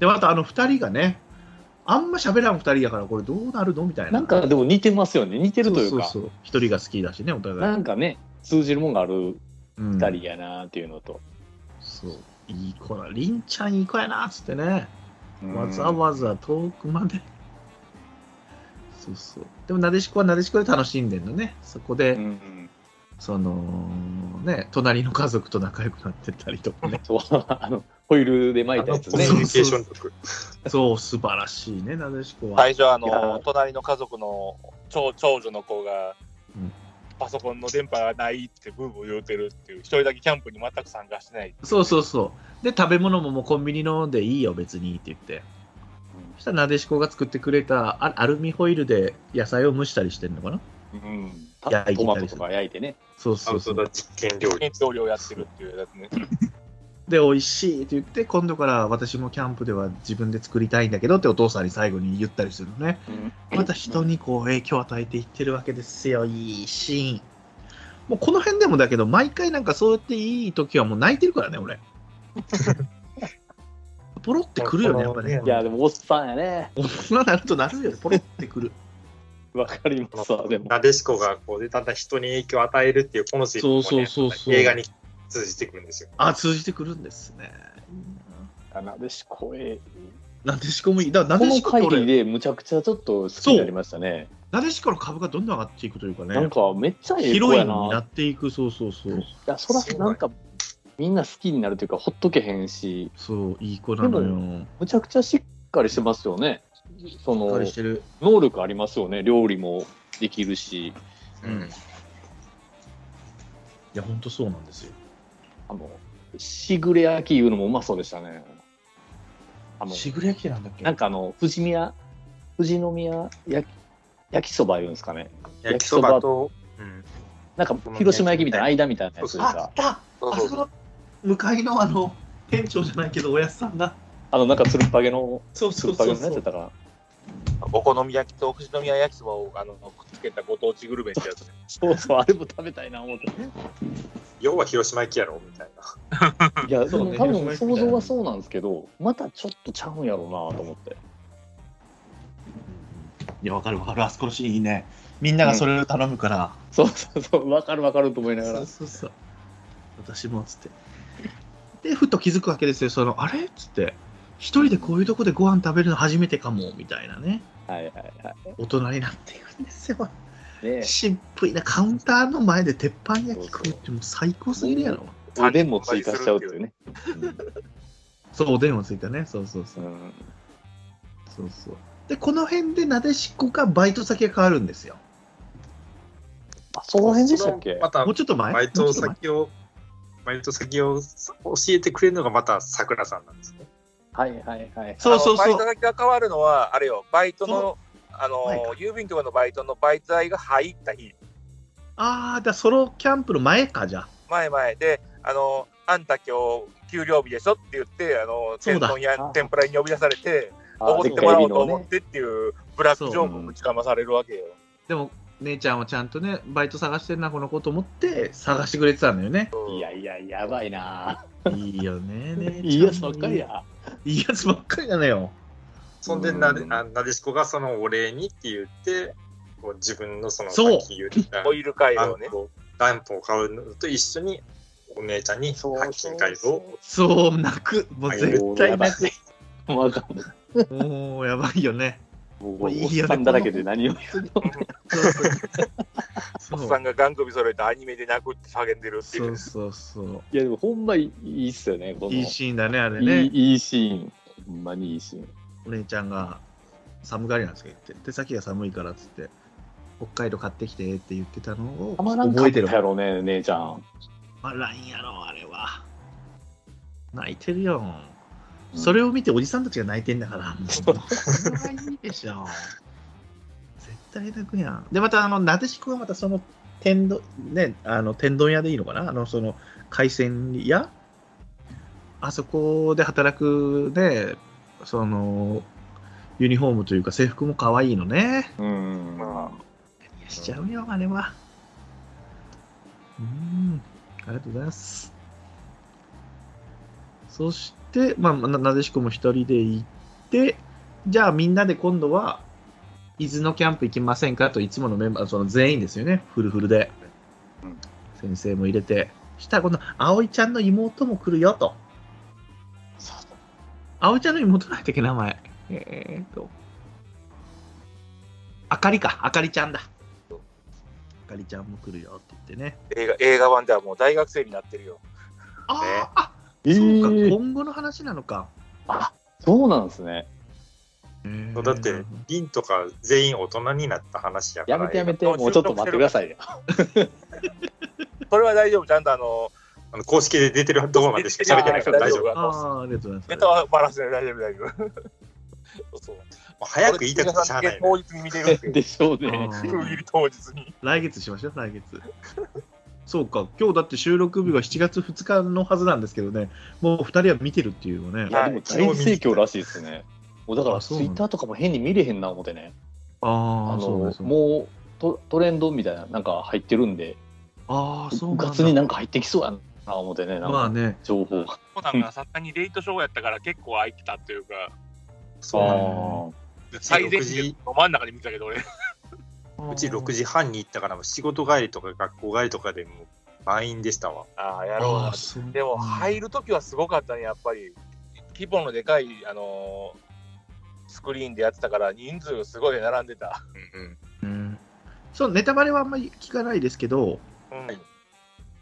で、またあの2人がね、あんま喋らん2人やから、これどうなるのみたいな。
なんかでも似てますよね。似てるというか。
そうそうそう。1人が好きだしね、お互。
ないんかね、通じるもんがある
うん
二人やなっていうのと。
そう。いい子だ。りんちゃんいい子やな、つってね。
うん
わざわざ遠くまで。そうそう。でも、なでしこはなでしこで楽しんでんのね。そこで、
うん
その、ね、隣の家族と仲良くなってたり [laughs] とかね。
[laughs] そう、あの、ホイールで巻いたやつ
コミ
ね
ュ。ニケーション力。
そう、素晴らしいね、なでしこは。
最初あ
いや
の隣の家族の長長女の子が、
うん
パソコンの電波がないってブーブー言うてるっていう一人だけキャンプに全く参加してない
そうそうそう。で、食べ物ももうコンビニのでいいよ、別にって言って。そしたらなでしこが作ってくれたあアルミホイルで野菜を蒸したりしてるのかな
うん
焼いてたりする
トマトとか焼いてね。
そう
ア
そう
ウ
そ
ト
う
ド。ア実験料理。
検討料やってるっていうやつね
で、美味しいって言って、今度から私もキャンプでは自分で作りたいんだけどってお父さんに最後に言ったりするのね。また人にこう影響を与えていってるわけですよ、いいシーン。もうこの辺でもだけど、毎回なんかそうやっていい時はもう泣いてるからね、
[laughs]
俺。ポロってくるよね、やっぱね
うん
い。や、でもおっさんやね。
大人になるとなるよね、ポロってくる。
わかりますわ、でも。
なでしこがこうでだんだん人に影響を与えるっていうこのシーン
そうそうそうそう
映画に通じてくるんですよ。
あ、通じてくるんですね。
あなでしこえ。
なでしこもいい。だから
こ
なで
の
しこって
会議
俺、
でむちゃくちゃちょっと好きになりましたね。
なでしこの株がどんどん上がっていくというかね、
なんかめっちゃえ
ヒ
え
ロ
子
イン
や
になっ
な。
ていく、そうそうそう。
いや、そらなんかみんな好きになるというか、ほっとけへんし、
そう、いい子なの
で
よ。
むちゃくちゃしっかりしてますよね。そ
しっか
の
りしてる。
能力ありますよね。料理もできるし、
うん。いや、ほんとそうなんですよ。
あの、しぐれ焼きいうのもうまそうでしたね。あの、
しぐれ焼きなんだっけ
なんかあの、富士宮、富士宮焼き焼きそばいうんですかね。
焼きそばと、
なんか広島焼きみたいな間みたいなやつです
あ
か
っ。た
そう
あ
そう
そこの向かいのあの、店長じゃないけど、おやつさんが。
あの、なんかつるっぱげの、
そう
つ
そ
る
う
っぱ
そう
げになっ
そ
ちゃっ
う。
たから。
お好み焼きと富士宮焼きそばをあのくっつけたご当地グルメってやつね。
そうそう、あれも食べたいな思って。
要は広島行きやろみたいな。
いや、で
そうね
も多分
広島行くみ
想
たいな
像はそうなんですけど、またちょっとちゃうんやろうなと思って。
いや、わかるわかる。あそこのシーンいいね。みんながそれを頼むから。
[laughs] そうそうそう、わかるわかると思いながら。
そ
いう
そうそう。私もっつって。で、ふと気づくわけですよ。その、あれっつって。一人でこういうとこでご飯食べるの初めてかもみたいなね
はいはいは
大人になっていくんですよ
い。 [laughs] ね
シプルなカウンターの前で鉄板焼き食うってもう最高すぎるやろ
おでんも追加しちゃうっていうね。。
そうおでんもついたねそうそうそううんそうそうでこの辺でなでしこがバイト先が変わるんですよ
あ、その辺でしたっけ
そのまた
もうちょっと前
バイト
もうちょっと前
先を、バイト先を教えてくれるのがまたさくらさんなんですね。
はいはいはい。
そうそう
あの
そ
バイト
う
先が変わるのは、あれよ、バイト
そ
の、あの
前か、
郵便局のバイトのバイト代が入った日、
ああだソロキャンプの前かじゃあ
前々で、あの、あんた今日、給料日でしょって言って、あの、
そう
天
だ
丼や
あ
天ぷらに呼び出されて、
あ
おごっ
で
て
っ
もら
か
お
いエ
うと
ビの
思っ
ね。
てっていう、ブラックジョークをぶちかまされるわけよ。
でも姉ちゃんはちゃんとねバイト探してんなこの子と思って探してくれてたんだよね
うん
いやいや、やばいない
いよね姉ちゃん
[laughs] いいやつばっかりや。
いいやつばっかりなのよ
そんでなで
う、ん
あなでしこがそのお礼にって言って、こう自分のその
そう
さっき言った
オイル回
ラ
路
ン
をね。
プをランプを買うのと一緒にお姉ちゃんに
そう
発金改造を
そう泣くもう絶対泣く
わかんない。
もうやばいよね
もうお
いいよ
っ
ね
さんだらけで何を言うの
そうそうそ
お
う
っさんがガン首揃えてアニメで泣くって叫んでるってい
そうう。そうそう
いや、でもほんまいいっすよね、この。
いいシーンだねあれ
い
ね
いいいシーン。ほんまにいいシーン。
お姉ちゃんが寒がりなんですけど言って手先が寒いからっつって北海道買ってきてって言ってたのを
たまらん
覚えてる
かったやろね、姉ちゃん。
まあ、ラインやろ、あれは。泣いてるよ。それを見ておじさんたちが泣いてんだから、もう、それはいいでしょ。絶対泣くやん。で、また、あの、なでしこがまたその、天丼、ね、あの、天丼屋でいいのかなあの、その、海鮮屋あそこで働くね、その、ユニフォームというか制服も可愛いのね。
うん。
ま
いやしちゃうよ、あれは。うん、ありがとうございます。そして、まあ、ななでしこも一人で行って、じゃあみんなで今度は、伊豆のキャンプ行きませんかと、いつものメンバー、その全員ですよね、フルフルで。先生も入れて。したら、この葵ちゃんの妹も来るよと。葵ちゃんの妹なんだっけ、名前。えー、っと。あかりか、あかりちゃんだ。あかりちゃんも来るよって言ってね。
映画映画版ではもう大学生になってるよ。
あー、
ね
あ
え
そうか、
ー、
今後の話なのか。
そうなんですね。
そうだって凛とか全員大人になった話やか
や
ら
めてやめて、
あ
もうちょっと待ってくださいよ。
それは大丈夫、ちゃんとあの、
あの公式で出てるところまでしか喋ってないから
あー
大丈夫
大
ああ、ありがとうござ
ネ
い
タ
ま
はバラせない、大丈夫、大丈夫。そう
もう早く言いたくてしゃ
[laughs]
あないの
当日に見てるん
[laughs]
ですけど
でしょうね。
す。あ
封切
ー
り当日に。
来月しましょう、来月。 [laughs] そうか、今日だって収録日は7月2日のはずなんですけどね、もう2人は見てるっていうのね
い。や、でも大盛況らしいですね。もうだから、
あ
ツ
そ
イ
うなんだ
ッターとかも変に見れへんな思ってね。
あ
あ
あ、そう
の
で、す。
もうトトレンドみたいな、なんか入ってるんで、
ああ、そう
う
な
かつに
んだ。
なんか入ってきそうやな思ってね、なん
まあ
か
ね、
情報が。
コナンがさすがにレイトショーやったから結構空いてたっていうか、
そう
あ
な
ー
の
そう
最
ち
前
6
時
時
の真ん中で見てたけど俺。
うち6時半に行ったからもう仕事帰りとか学校帰りとかでもう満員でしたわ。
[laughs] ああ、やろう
あ
な
あ、。そう。
でも入るときはすごかったね、やっぱり。規模のでかい、あのースクリーンでやってたから、人数すごい並んでた。
うんうん。
うんそう、ネタバレはあんまり聞かないですけど、
うん
い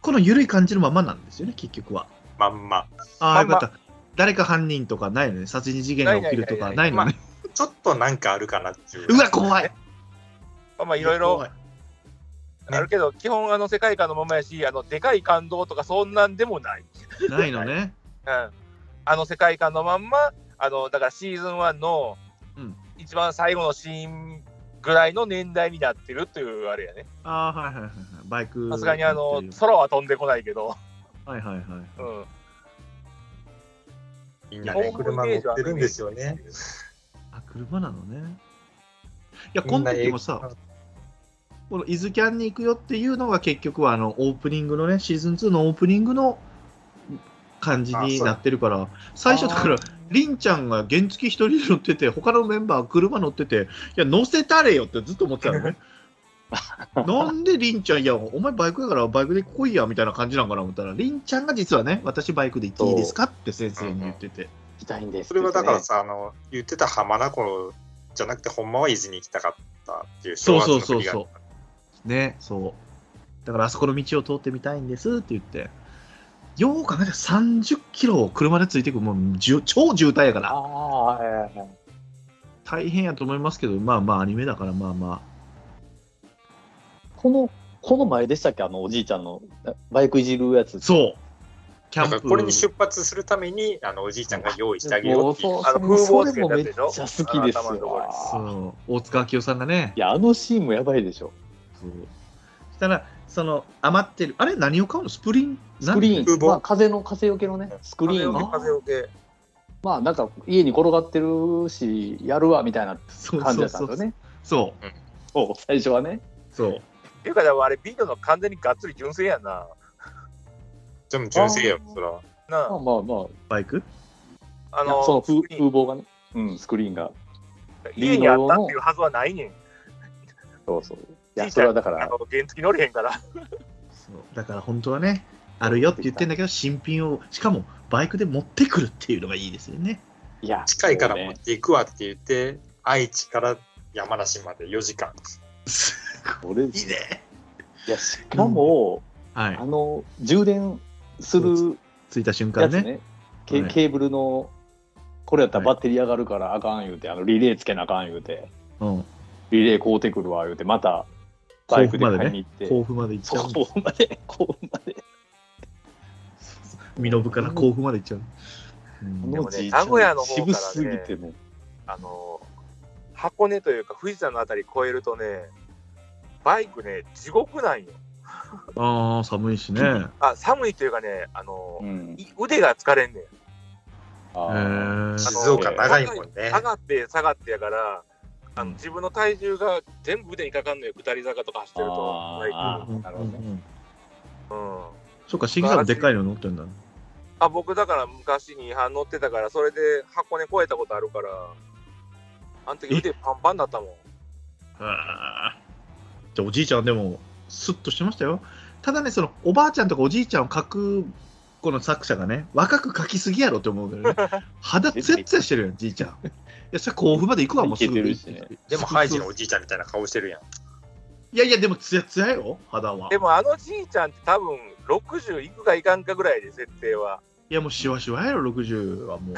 この緩い感じのままなんですよね、結局は。
まんま。
ああ、
ま
よ
んま
かった。誰か犯人とかないのね、殺人事件が起きるとかないの
まあ
ね。、
ちょっとなんかあるかなっていう。
うわ、怖い。
まあまあ、いろいろ
怖い。
あるけど、基本、あの世界観のままやし、あのでかい感動とか、そんなんでもない。
ないのね。
うん、あの世界観のまんまあのだからシーズン1の
うん
一番最後のシーンぐらいの年代になってるというあれやね
ああ、はいはいはいはい。バイク。
さすがにあの
乗ってる
空は飛んでこないけど、
はいはいはい。
うん、
みんなね、車乗ってるんですよね。
あ、車なのね。いや、この時もさ、この伊豆キャンに行くよっていうのが結局はあのオープニングのね、シーズン2のオープニングの感じになってるから、最初だから、りんちゃんが原付一人で乗ってて、他のメンバー車乗ってて、いや、乗せたれよってずっと思ってたのね。なんでりんちゃん、いや、お前バイクやからバイクで来いやみたいな感じなんかな思ったら、りんちゃんが実はね、私バイクで行っていいですかって先生に言ってて。
行きたいんです
それはだから
ね
さ、あの、言ってた浜名湖じゃなくて、ほんまは伊豆に行きたかったっていう
そう
正
そう
月
そ
の
う
日が
そう。ね、そう。だからあそこの道を通ってみたいんですって言って、よう考えたら30キロを車でついていく、もうじゅ超渋滞やから、
ああ、ええ
大変やと思いますけど、まあまあアニメだから、まあま
この、この前でしたっけあのおじいちゃんのバイクいじるやつ。
あ、そう。キ
な
ャ
ん
ン
か
プ。
これに出発するために、あの、おじいちゃんが用意してあげようっていう。
もう
あの風貌
そ
を
れ
つけ
も
た
め
や
っ
つで
ち
し
ゃ
ょ
好きです
あの頭のところ
よ
に。
そう、大塚明夫さんがね
い、や、あのシーンもやばいでしょ。
そうしたら、その余ってる、あれ何を買うのスプリン
スクリ
なんで
ー
風
ン、
貌
まあ、風の風よけのね、スクリーン
風よ
が
け風よけ
まあ、なんか家に転がってるし、やるわみたいな
そう
感じ
そ
だ
うそ
ったんです
う
よね。
そう
そう最初はね。
そう
っていうかでもあれビートの完全にがっつり純正やんな
でも純正やもん、そら。
な
まあ
あ
まあまあ、
バイク
あ
いやその
の
風
スクリ
風
ーン
貌がね、うん、スクリーンが。
家にあったっていうはずはないねん
そうそう。いや、
小
そ
さい
れはだか
あ
ら、
の原付乗れへんから [laughs]
そうだから本当はね、あるよって言ってんだけど、新品を、しかもバイクで持ってくるっていうのがいいですよね。
いや、
近いから
そう
持っ
ね
ていくわって言って、愛知から山梨まで4時間。
す
これ、い
ごいね。
や、しかも、
はい
あ、の、充電する
着いた瞬
や
間
つね、
ね。
ケ
はい
ケーブルの、これやったらバッテリー上がるからあかん言うて、あのリレーつけなあかん言うて、
うん。
リレー買うてくるわ言うて、またバイクで買いに行って、
甲府まで行っちゃ
そう
う。
こまで、 [laughs] こうまで。
身延から甲府まで行っちゃう。うん
でもね
じいちゃん
名古屋の方からね
渋すぎてもう。
あの箱根というか富士山のあたり越えるとねバイクね地獄なんよ
ああ、寒いしね。へ
あ寒いというかねあの、
うん。
い腕が疲れんねん
え
あー
静岡長いもんね
下。がって下がってやからあの自分の体重が全部腕にかかんのよ下り坂とか走ってると
あ
バイ
ー
ク
あ
うん
なるほどね
うん
うん
そっか、新規さんもでっかいの乗ってんだね。
あ僕だから昔に違反乗ってたからそれで箱根越えたことあるからあの時腕パンパンだったもん
あーじゃあおじいちゃんでもスッとしてましたよただねそのおばあちゃんとかおじいちゃんを描くこの作者がね若く描きすぎやろって思うけどね肌ツヤツヤしてるよじいちゃんいやそれ甲府まで行くわもうすぐ
いけてるしね
でもハイジの
そうそ
お
う
じいちゃんみたいな顔してるやん。
いやいやでもツヤツヤよ肌は
でもあのじいちゃんって多分60いくかいかんかぐらいで設定はい
やもうシワシワやろ60はもう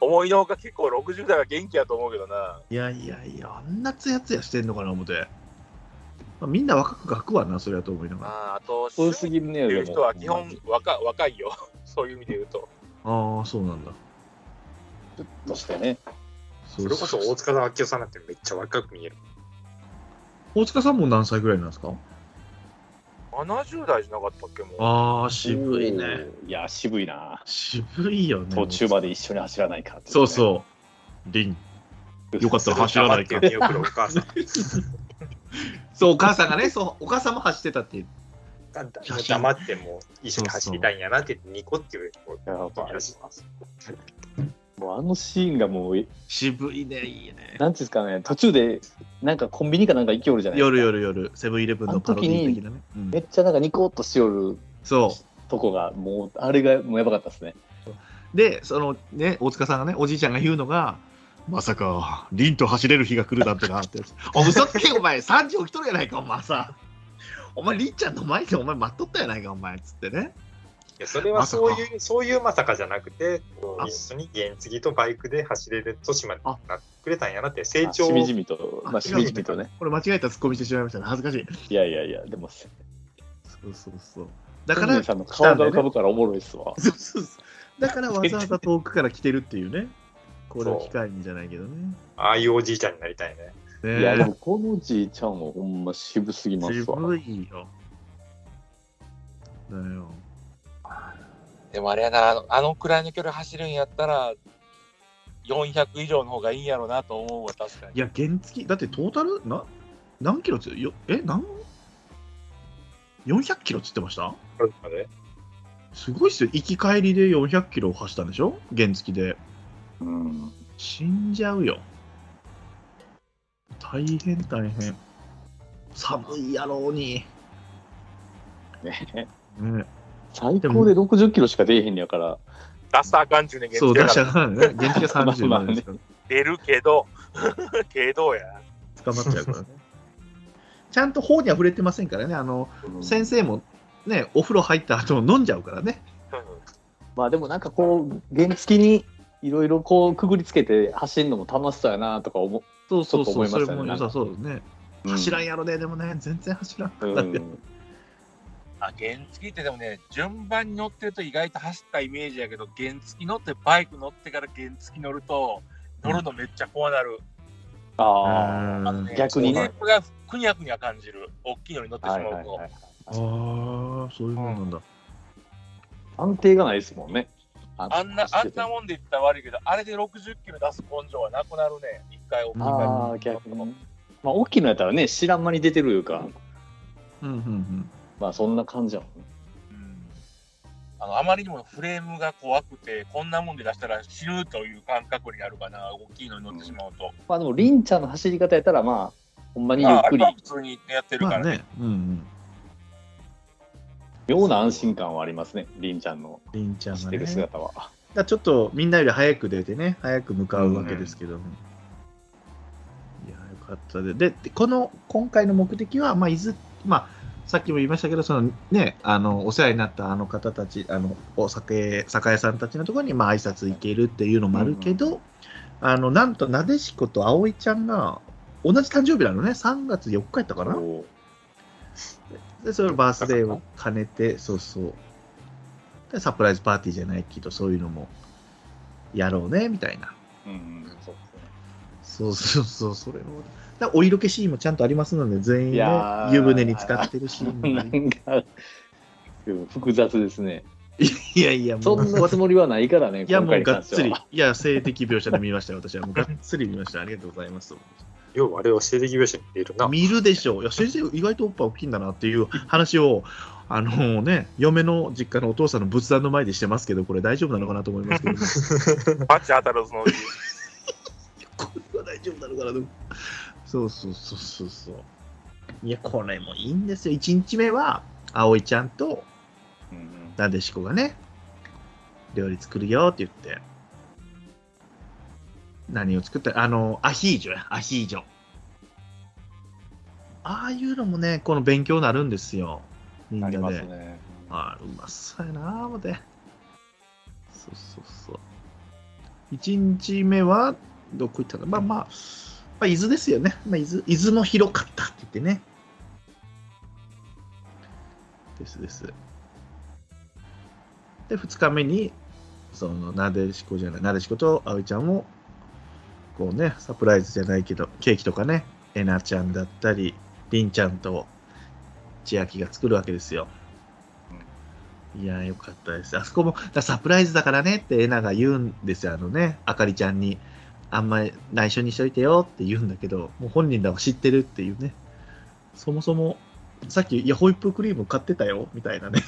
思いのほか結構60代は元気やと思うけどない
やいやいやあんなツヤツヤしてんのかな思って、まあ、みんな若く描くわなそれはと思いながらあ
ああと
そうすぎる
っ
ね、
てい
で
う
も。
人は基本若若いよ [laughs] そういう意味で言うと
あーそうなんだ
としてね。
そ
そうれこそ大塚明夫さんなんてめっちゃ若く見える。
大塚さんも何歳ぐらいなんですか
70代じゃなかったっけもう
ああ渋いね
おー。いや、渋いな。
渋いよね。
途中まで一緒に走らないか、
そうそう。リン。よかったら走らない
[laughs]
か
か。
見送るお母さん。
そう、お母さんがね、そう、お母さんも走ってたっていう。
黙ってもう一緒に走りたいんやなって言ってニコっていう
う。やっぱ
声がします。
もうあのシーンがもう、え
渋いね、いいね。
なんていうんですかね、途中で、なんかコンビニかなんか行きおるじゃないですか。
夜夜夜、セブンイレブンのパロディ的なね。うん
めっちゃなんかニコッとしおる
そう。
とこが、もう、あれがもうやばかったですね。
で、そのね、大塚さんがね、おじいちゃんが言うのが、まさか、凛と走れる日が来るなんてな [laughs] ってやつ。お、嘘つけ、お前、3時起きとるやないか、お前さ。お前、凛ちゃんの前でお前待っとったやないか、お前、つってね。
いやそれはそういう、そういうまさかじゃなくて、こう
あ
一緒に原付とバイクで走れる年まで
あ
なってくれたんやなって、成
あ
長
しみじみと、まあ、しみじみとね。
これ間違えたツッコミしてしまいましたね。恥ずかしい。
いやいやいや、でも、
そうそうそう。だ
だ
か
からら、、さんの顔が浮かぶからおもろいっすわ。
そうそうそうだからわざわざ遠くから来てるっていう
[laughs]
ね。これを機会にじゃないけどね。
ああいうおじいちゃんになりたいね。
ね
いや、でも、このじいちゃんもほんま渋すぎますわ。
渋いよ。だよ。
でもあれやな、あのあのくらいの距離走るんやったら、400以上の方がいいんやろうなと思うわ、確かに。
いや、原付き、だってトータル、な何キロつよえ、何 ?400 キロっつってました
これまです
ごいっすよ。行き帰りで400キロを走ったんでしょ原付きで。
うん。
死んじゃうよ。大変大変。寒いやろうに。
ね
ね、
最高で60キロしか出えへんのやから、
出したらあかんちゅうねん、現
そ
地
う、出
や
し
か
た
ら
からね。原付きは30までですから、
出るけど、 [laughs] けどや。
捕まっちゃうからね。ちゃんと法には触れてませんからね。あの、先生もね、お風呂入った後飲んじゃうからね。
まあでもなんかこう原付にいろいろこうくぐりつけて走るのも楽しそうやなとか思
そうそう
ち
そ
ょっと思
う、
い
そ
ま
れ
したね
も良さそうですね。
う
走らん
や、
やろね、でもね、全然走らん。
う
だって
ん、
あ原付ってでもね、順番に乗ってると意外と走ったイメージやけど、原付乗ってバイク乗ってから原付乗ると、乗るのめっちゃ怖なる。
あ
あのね
逆にね
ステップがくにゃくにゃ感じる。大きいのに乗って
あ、
しま
は
う
い
と。
はいはい、
ああ、そういうもんなんだ。
安定がないですもんね
あんな、あんな
も
もんで言ったら悪いけど、あれで60キロ出す根性はなくなるね。一回大きいバイク
ああ逆にまあ大きいのやったらね知らん間に出てるいうか、
うんうんうん。
まあそんな感じやもんね
うんあのあまりにもフレームが怖くて、こんなもんで出したら死ぬという感覚になるかな、大きいのに乗ってしまうと。
まあでもりんちゃんの走り方やったらまあほんまにゆっ
まあ、あ
く
れ
り
は普通にやってる
ま
か
あ
らね。
ね、うんうん。
妙な安心感はありますねりんちゃんの
りんちゃん
走
が
って
ね。
る
だか
姿は、
らちょっとみんなより早く出てね、早く向かうわけですけど。いや、よかったで。で、でこの、今回の目的は、まあ、いず、まあ、さっきも言いましたけど、そのね、あの、お世話になったあの方たち、あの、お酒、酒屋さんたちのところに、まあ、挨拶行けるっていうのもあるけど、あの、なんと、なでしこと葵ちゃんが、同じ誕生日なのね、3月4日やったかな。
こ
で、それをバースデーを兼ねて、そうそう。で、サプライズパーティーじゃないけど、そういうのもやろうね、みたいな。
ううんそうですね
そうそうそう、それも。だお色気シーンもちゃんとありますので、全員
い
ね
や、ー
湯船に浸かってるシーンも
な
あり。
んか、でも複雑ですね。 [laughs]
いやいや、も
そんな
う。
つもりはないからね、
いや
今
も
回
う
に
が
関
っ
して
つり
は。、
いや、性的描写で見ましたよ、私は。もうがっつり見ました。ありがとうございます。
よう、あれを性的描写に似ているな。
見るでしょう。いや、先生、意外とおっぱい大きいんだなっていう話を、あのね、嫁の実家のお父さんの仏壇の前でしてますけど、これ大丈夫なのかなと思いますけど、
バチ当たるそのうち。
これは大丈夫なのかなでもそうそうそうそうそういやこれもいいんですよ1日目は葵ちゃんと
うんうん
なでしこがね料理作るよって言って何を作ったあのアヒージョやアヒージョああいうのもねこの勉強になるんですよみん
あ
な
り
で、
ますね。
あーうまそうやな思ってそうそうそう1日目はどこ行ったのまあまあ、まあ、伊豆ですよね、まあ、伊豆伊豆の広かったって言ってねですですで2日目にそのなでしこじゃないなでしこと葵ちゃんをこうねサプライズじゃないけどケーキとかねえなちゃんだったりりんちゃんと千秋が作るわけですよいやーよかったです。あそこも、だからサプライズだからねってエナが言うんですよ、あのね、あかりちゃんに、あんまり内緒にしといてよって言うんだけど、もう本人らは知ってるっていうね、そもそも、さっき、いや、ホイップクリーム買ってたよみたいなね、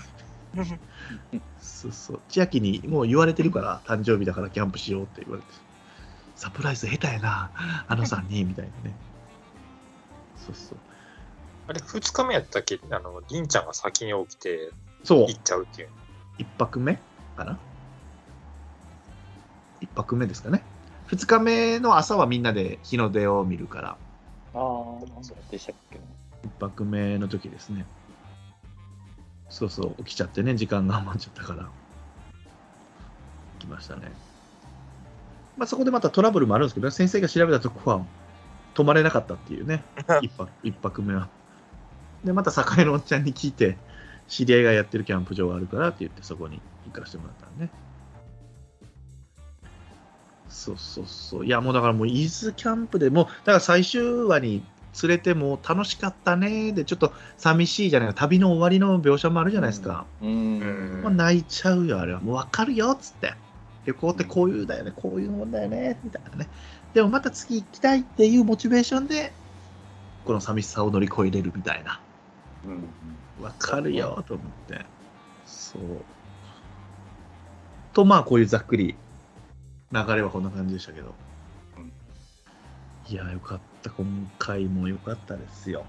そうそう。千秋にもう言われてるから、誕生日だからキャンプしようって言われて。サプライズ下手やな、あのさんに、みたいなね。そうそう。
あれ、2日目やったっけあの、りんちゃんが先に起きて
そう
行、っちゃうっていう。
一泊目かな一泊目ですかね。二日目の朝はみんなで日の出を見るから、
ああ、そうでしたっけ。
一泊目の時ですね。そうそう、起きちゃってね、時間が余っちゃったから。来ましたね。まあ、そこでまたトラブルもあるんですけどね、先生が調べたとこは泊まれなかったっていうね、一泊一泊目は。で、また栄のおっちゃんに聞いて、知り合いがやってるキャンプ場があるからって言って、そこに行かせてもらったのね。そうそうそう。いや、もうだからもう、伊豆キャンプでもう、だから最終話に連れても楽しかったねでちょっと寂しいじゃない旅の終わりの描写もあるじゃないですか、
うん。
うん
もう泣いちゃうよあれはもう分かるよっつって旅行ってこういうだよねこういうもんだよねみたいなねでもまた次行きたいっていうモチベーションでこの寂しさを乗り越えれるみたいな
うん
分かるよと思ってそうとまあこういうざっくり流れはこんな感じでしたけど、
うん
いやよかった今回もよかったですよ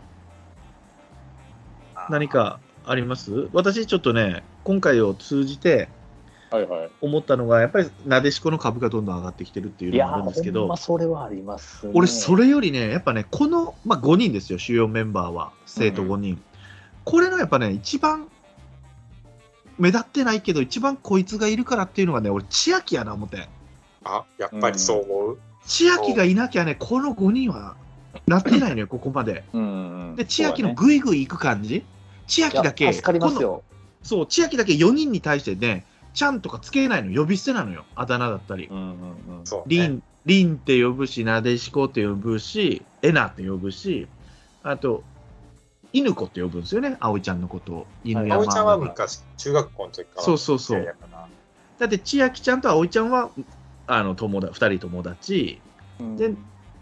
あー
何かあります私ちょっとね今回を通じて
はいはい。
思ったのがやっぱりなでしこの株がどんどん上がってきてるっていう
い
の
や
もあるんですけ
ー、ほん
ど
まそれはあります、ね。
俺それよりねやっぱねこの、まあ、5人ですよ主要メンバーは生徒5人、これのやっぱね一番目立ってないけど一番こいつがいるからっていうのがね俺千秋やな思って
あ、やっぱりそう思う、
千秋がいなきゃねこの5人はなってないのよここまで
うんうん。
で千秋の
そうだね
ぐいぐい行く感じ千秋だ
い
け
や助かりますよ。
そう、千秋だけ4人に対してね、ちゃんとかつけないの、呼び捨てなのよ、あだ名だったり
う。んうんうん。
そう、
り
ね。
ん、りんって呼ぶし、なでしこって呼ぶし、えなって呼ぶし、あと、犬子って呼ぶんですよね、葵ちゃんのことを。犬
はい
葵ちゃんは
だから
昔、中学校の時から。
そうそうそう
やから
だって千秋ちゃんと葵ちゃんは、あの友だ2人友達、
うん
で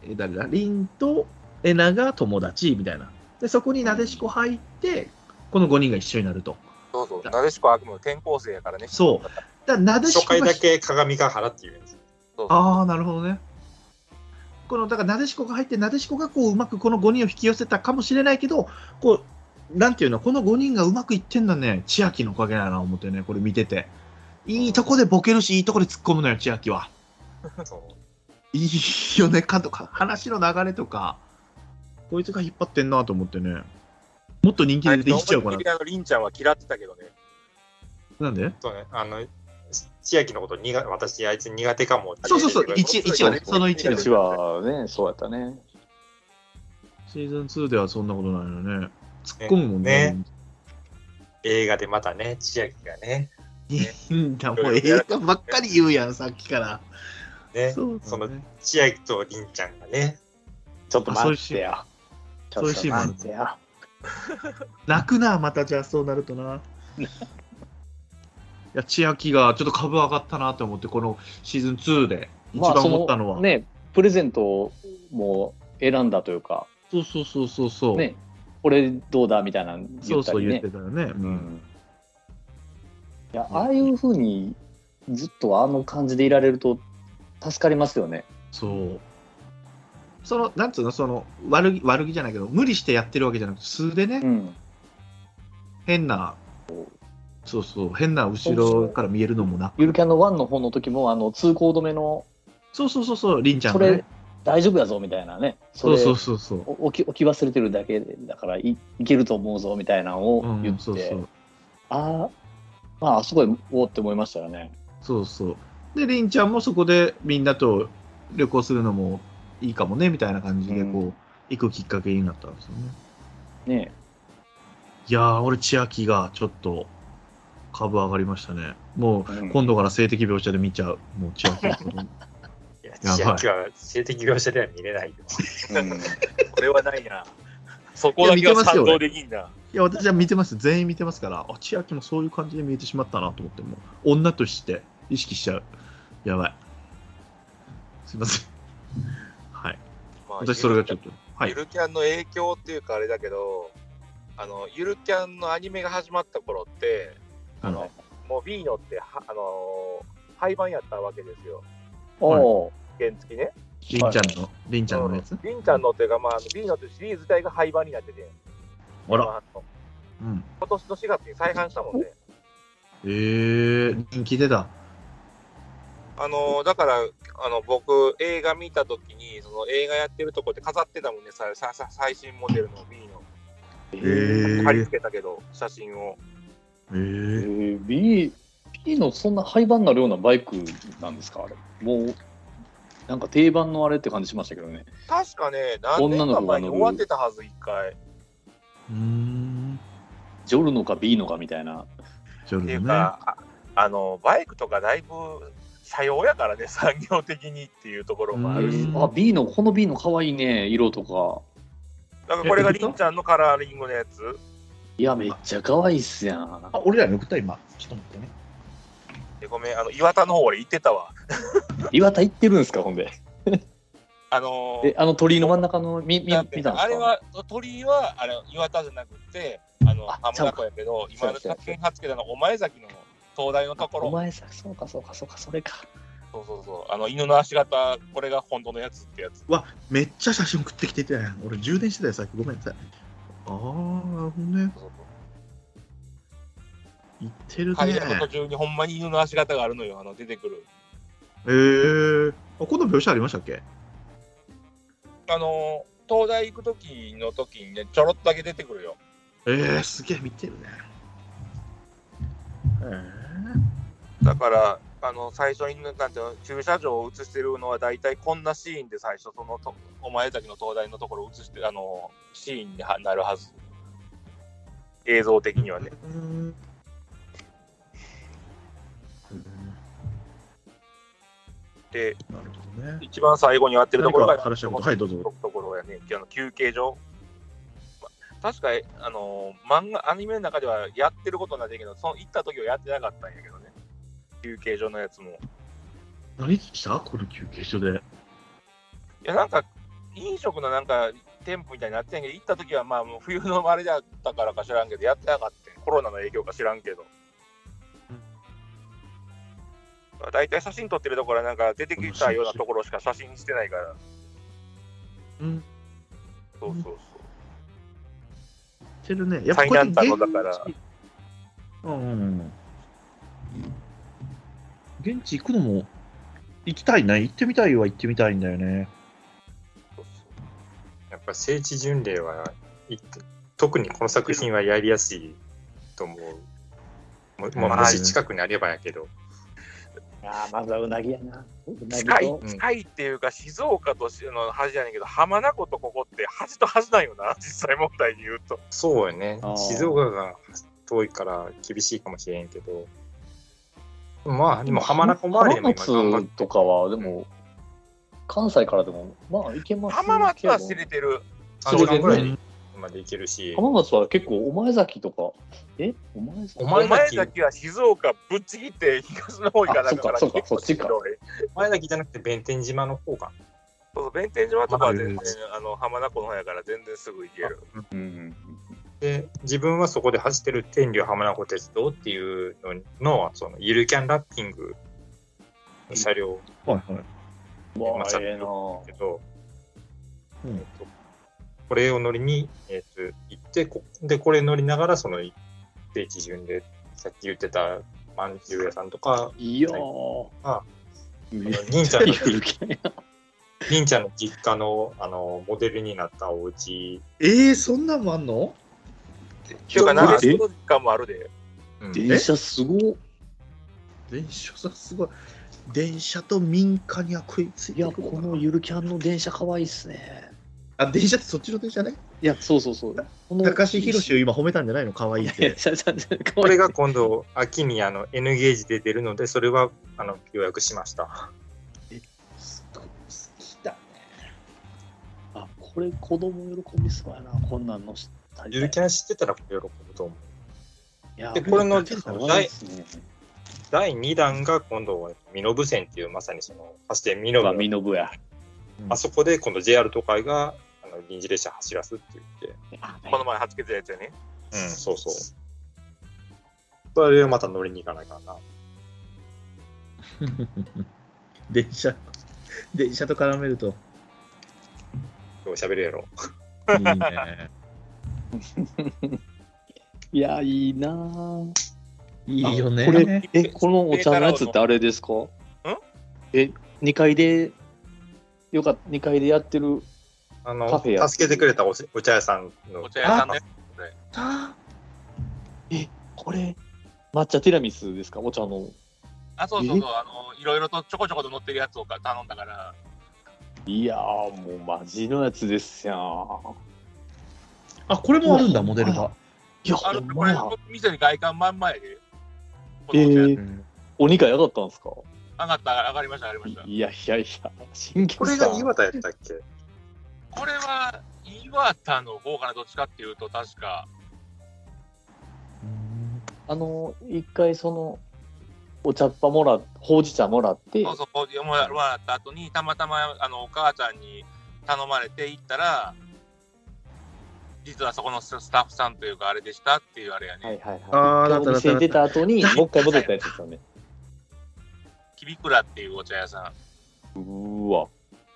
え誰だ、りんとえなが友達みたいな。で、そこになでしこ入って、この5人が一緒になると。
[laughs] そうそう、なでしこはあくまで転校生やからね。。
そうだからなでしこ
初
が
回だけ鏡ヶ原っていうんです。
ああ、なるほどね。このだからなでしこが入って、なでしこがこううまくこの5人を引き寄せたかもしれないけど、こうなんていうの、この5人がうまくいってんだね、千秋のおかげだな、思ってね、これ見てて。いいとこでボケるし、いいとこで突っ込むのよ、千秋は。
そう。
いいよね、かとか、話の流れとか、こいつが引っ張ってんなと思ってね、もっと人気出てきちゃうかな。
あの、りんちゃんは嫌ってたけどね。
なんで
そうね。あの、千秋のこと苦、私、あいつ苦手かもって
そうそうそう
言、ってくれ
1, 一はね、その1
一
の。
うはね、そうやったね。
シーズン2ではそんなことないのね。突っ込むもんね。
ね映画でまたね、千秋がね、
いいんだ、もう映画ばっかり言うやん、さっきから。
ね、
そう
そ
だ
の
ね。
千秋とりんちゃんがね、
ちょっと待ってよ。ち
そう
ょ
いう
っと
シーン
待ってよ。
泣くな、またじゃあそうなると [laughs] な。いや、千秋がちょっと株上がったなと思って、このシーズン2で一番思ったのは。
まあそね、プレゼントも選んだというか、
そうそうそうそうそう。
ね、これどうだみたいなの
そ
言
う
った
そう
り
言って。
ね
たよね。う
うんんいや、ああいうふうにずっとあの感じでいられると助かりますよね。
そう。その、なんつうの、その悪気、悪気じゃないけど、無理してやってるわけじゃなくて、素でね、
うん。
変な、そうそう、変な後ろから見えるのもなく。
ゆるキャンの1の方の時も、あの、通行止めの、
そうそうそうそう、りんちゃん
そ
がね、
れ大丈夫やぞみたいなね。そ
そ
れ
うそうそうそう。
お置き置き忘れてるだけだからいいけると思うぞみたいなのを
うん
言って、
そうそう。
ああまああそこでおおって思いましたよね
そうそう。で、りんちゃんもそこでみんなと旅行するのもいいかもねみたいな感じで、こう、
う
行くきっかけになったんですよね。
ね
いやー、俺、千秋がちょっと株上がりましたね。も
う
う、
ん
今度から性的描写で見ちゃう。もう、千秋のこと。
いや
ばい
千秋は性的描写では見れないよ。 [laughs]
これはないな。そこだけは賛同できんな。
いや、私は見てます。全員見てますから、あ、千秋もそういう感じで見えてしまったなと思って、もう女として意識しちゃう。やばい。すいません。はい。
まあ
私、それがちょっと。はい
ゆ。るキャンの影響っていうかあれだけど、あのゆるキャンのアニメが始まった頃って、あのもうビーノっては、あのー廃盤やったわけですよ、
おー
原付きね。
りんちゃんの、りんちゃんのやつ
うん。リンちゃんのっていうか、まあ、あのビーノっていうシリーズ自体が廃盤になってて、
あら、
まああの
うん。
今年の4月に再販したもんね。
えー、人気出た。
あのーだから、あの僕、映画見たときに、その映画やってるとこで飾ってたもんね、さささ最新モデルのビーノ。
え
貼り
ー、
付けたけど、写真を。
え
え
ー、
ー、B, B のそんな廃盤になるようなバイクなんですかあれもうなんか定番のあれって感じしましたけどね
確かね、何年か前に終わってたはず、一回。
うーん。
ジョルノか B のかみたいな
ちょう
ってい
ど
う
ね。
か、ああのバイクとかだいぶ車用やからね、 [laughs] 産業的にっていうところもある
う
し
ん、
あ B のこの B の可愛いね色とか
だからこれがりんちゃんのカラーリングのやつ。
いやめっちゃ可愛いっすやん
あ、俺らに送った今。ちょっと待ってね。
でごめん、あの岩田の方俺行ってたわ。
岩田行ってるんですかほんで
あのー
であの鳥居の真ん中のみみ見
な
たん
ん
で
て
すか
あれは鳥居はあれ岩田じゃなくて、あの
あ
浜名湖やけど、
ち
今
ゃう
の
ちゃう
作品発けたのはお前崎の灯台のとこ
お
ろ、
前さそうかそうかそうかそれか
そうそうそう、あの犬の足型、これが本当のやつってやつ。
わ、めっちゃ写真送ってきてたやん。俺充電してたよ、さっき。ごめんなさい。あー、なるほどね。
そうそうそう
行ってるね。
階段の途中にほんまに犬の足型があるのよ、あの出てくる。
えー。あ、この描写ありましたっけ
あのー東大行く時の時にね、ちょろっとだけ出てくるよ。
えー、すげえ見てるね。え
だからあの最初になんていうの駐車場を映してるのは大体こんなシーンで最初そのとお前たちの灯台のところを映してあのシーンにはなるはず映像的にはね
ー。うん
で
なるほどね。
一番最後にやってるところが
何か話したことはいどうぞ
ところやねあの休憩所ま確かあの漫画アニメの中ではやってることなんだけどその行った時はやってなかったんやけどね休憩所のやつも
何したこの休憩所で。
いやなんか飲食のなんか店舗みたいになってんやけど行った時はまあもう冬のあれだったからか知らんけどやってなかったんやコロナの影響か知らんけど、まあ、大体写真撮ってるところはなんか出てきたようなところしか写真してないから
うん。
そうそうそう、
ってるね。
最南端のだから
現地うんうんうん。現地行くのも行きたいね。行ってみたいは行ってみたいんだよね。
そうそう
やっぱ聖地巡礼は行って特にこの作品はやりやすいと思う。もも
まあ
もし近くにあればやけど、
あまずはうなぎやなうなぎ
近い
と
うん
近いっていうか静岡としの端やねんけど浜名湖とここって端と端なんよな [laughs] 実際問題で言うと
そうよね
あー。
静岡が遠いから厳しいかもしれんけど、まあ、でも浜名湖周りでも今頑張
浜
っ
松
て
とかはでも関西からでもまあ行けますけど
浜松は知れてる
3時間ぐらい
そう
でまで行けるし、
浜松は結構お前崎とかえお前崎
お
お
前
前
崎
だけは静岡ぶっちぎって東の方行かなくから
あそっかそっかそっちか
結構広い
前だけじゃなくて弁天島の方か。
そうそう、弁天島とかは全然
まだ、
あの、浜名湖の方やから全然すぐ行ける。
うん
で、自分はそこで走ってる天竜浜名湖鉄道っていうのの、そのゆるキャンラッピングの車両
はいはい。
うわ
まあ
あ、ええな
けど、
うん
えっとこれを乗りに、えっと行ってこでこれ乗りながらその定地順でさっき言ってたまんじゅう屋さんとか
いや
あ
めっ
銀
ち
ち
ゃ
ゃんの
ゆるキャンや
りんちゃんの実家のあのモデルになったお家
えー、そんなんもあんの
ていうか、
まあ
鍋する時間もあるで。
うん
電車すごい
電車さ、すごい。電車と民家には食いつい
い
て
や
る
このゆるキャンの電車可愛いっすね
あ、電車ってそっちの電車ね。
いやそうそうそうこの
高橋宏を今褒めたんじゃないの可愛いっ
いやいや
て。
ちゃうちゃうちゃう可
こ
愛い
れが今度秋にあの N ゲージで出るのでそれはあの予約しました
すごい好きだね。
あこれ子供喜びそうやなこんなんのしたい
ゆるキャン知ってたら喜ぶと思う
いや
でこれの
可愛いっすね
第2弾が今度は身延線っていうまさにその走って身延
うわ
の
身の部や
あそこで今度 JR 東海があの臨時列車走らすって言って、
この前、はつけてたやつやね。
うん、そうそう。それをまた乗りに行かないからな。
[laughs] 電車、電車と絡めると。
今日喋るやろ。
いいね。
いや、いいなぁ。
いいよね。
これ、え、このお茶のやつってあれですかんえ、2階で、よかった、2階でやってる。
あ
カ
の、
フェや
助けてくれたおしお茶屋さんの。
お茶屋さんね。
え、これ、抹茶ティラミスですかお茶の。
あ、そうそうそう、あの、いろいろとちょこちょこと乗ってるやつをか頼んだから、
いやー、もうマジのやつですやん。
あ、これもあるんだ、モデル
う
が。
いや、
あ
ほ
の、
ん
こ
ま
れ
や、
店に外観真ん前で、こ
え
のお茶屋
ー、鬼がやがったんですか
上がった、上がりました、上がりました。
いやいやいや、真剣
これ
さ
が
ん。
岩田やったっけ
これは、岩田の方かな、どっちかっていうと、確か。
あの、一回その、お茶っ葉もら、ほうじ茶もらって、
そうそう、もらもらった後に、たまたま、あの、お母ちゃんに頼まれて行ったら、実はそこのススタッフさんというか、あれでしたっていうあれやね。
はいはいはい。
あーだった
お店出た後に、
だった
もう一回戻ったやつですよね。
キビクラっていうお茶屋さん。
うーわ。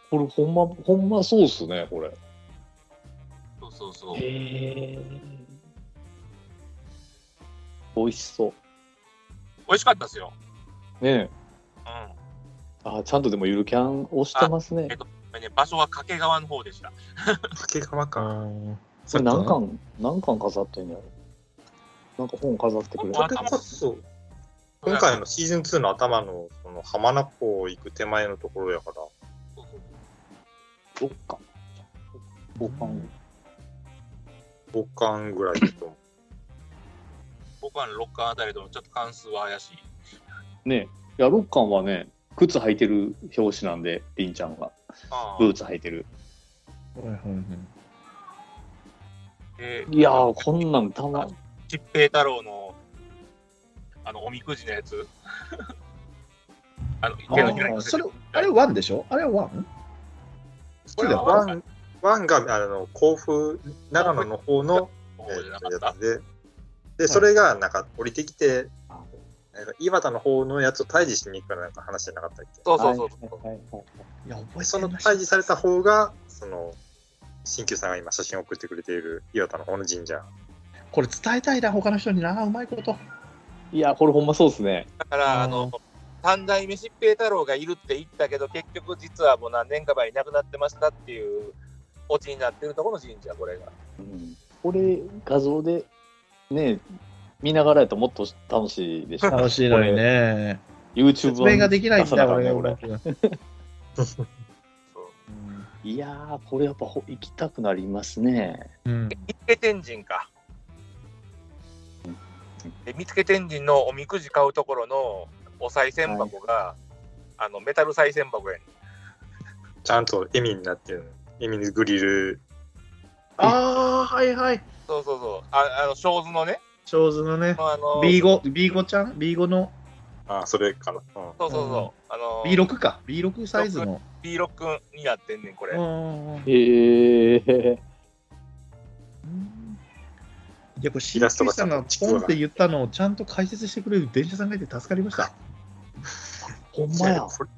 これほんま、ほんまそうっすね、これ。
そうそうそう。
へえ。美味しそ
美味しかったですよ。
う。ねえ。
う
あーちゃんとでもゆるキャン押してますね
えっ。とん。ね、場所は掛川の方でした。
掛川か。
これ何巻、何巻飾ってんやろ。なんか本飾ってくれた。
これこそ、今回のシーズン2の頭のその浜名湖行く手前のところやから、
そうそうそう
どっか。五巻。
5巻ぐらいだと思う。
僕は6巻あたりともちょっと関数は怪しい。
ねえ。いや、六巻はね、靴履いてる表紙なんで、りんちゃんが。
あ
ブーツ履いてる。
はいはいはい
で
いやー、こんなんたま、
疾平太郎のあのおみくじのやつ。 [laughs] あの手のひら
あ
に
ー
乗せて
それ、あれワンでしょあれワン
これは
ワ
ワン
ンワンがあの甲府、長野の方の
の
え
方じゃなか
ー
っ
や
た
つで、で、それがなんか降りてきて、なんか岩田の方のやつを退治しに行くからなんか話じゃなかったっけ
そうそうそうそう。
はいはいはい
いや、覚えてない。
その退治された方が、その、新旧さんが今写真を送ってくれている岩田の方の神社。
これ伝えたいな、他の人にな、うまいこと。
いや、これほんまそうですね。
だから、あの、三代目疾平太郎がいるって言ったけど、結局実はもう何年か前に亡くなってましたっていうオチになってるところの神社、これが。
これ、画像で、ね、見ながらやともっと楽しいで
[laughs]
しょ。
楽しいのにね。
YouTube
説明ができないんだ、
出さ
俺
な
[laughs] が。
あかんね
そう
うん
いやー、これやっぱほ行きたくなりますね。
うん
見つけ天神か。で見つけ天神のおみくじ買うところのお賽銭箱が、あのメタル賽銭箱やね
ちゃんとエミになってるの。エミグリル
ああ、はいはい。
そうそうそう。ああの、小図のね。
上手のね、
あの
B5、B5 ちゃん ?B5 の、
あ、それかな。うん。
そうそうそう。あの
B6 か。B6 サイズの。
B6 になってんねん、これ。
うん
へえ。
いや、これ、新旧さんがポンって言ったのをちゃんと解説してくれる電車さんがいて助かりました。
ほんまや。
これ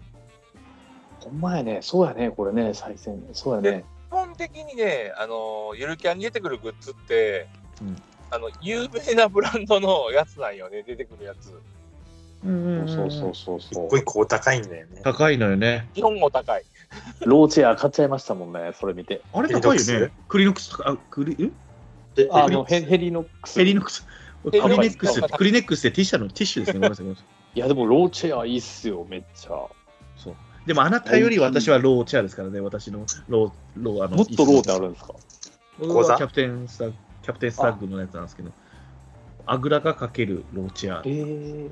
ほんまやね。そうやね、これね、再生そうやね。
基本的にね、あの、ゆるキャンに出てくるグッズって、
うん
あの、有名なブランドのやつなんよね、出てくるやつ。
うん
そうそうそうそ
一
う
個。一個お高いんだよね。
高いのよね。
基本も高い。
ローチェア買っちゃいましたもんね、それ見て。
あれ
ヘリ
高
ノ
いよ
ックス
ね。クリノックスとか、あ、クリ、ん
で
あ
エミ
の、ヘヘリノックス。
ヘリノ
ッ
ック
ク
ス。ク
ヘ
リ
リノ
ネ
ック
ッ
ス
クス、クリネックスってティッシュのティッシュ
[laughs]
ですね。ごめんなさいごめんなさい
ス。いや、でもローチェアいいっすよ、めっちゃ。
そう。でも、あなたより私はローチェアですからね。私のロー、ロー、あの、
もっとローってあるんですか
僕はキャプテンスタッキャプテンスタッグのやつなんですけど、あぐらがかけるローチェア
へえ。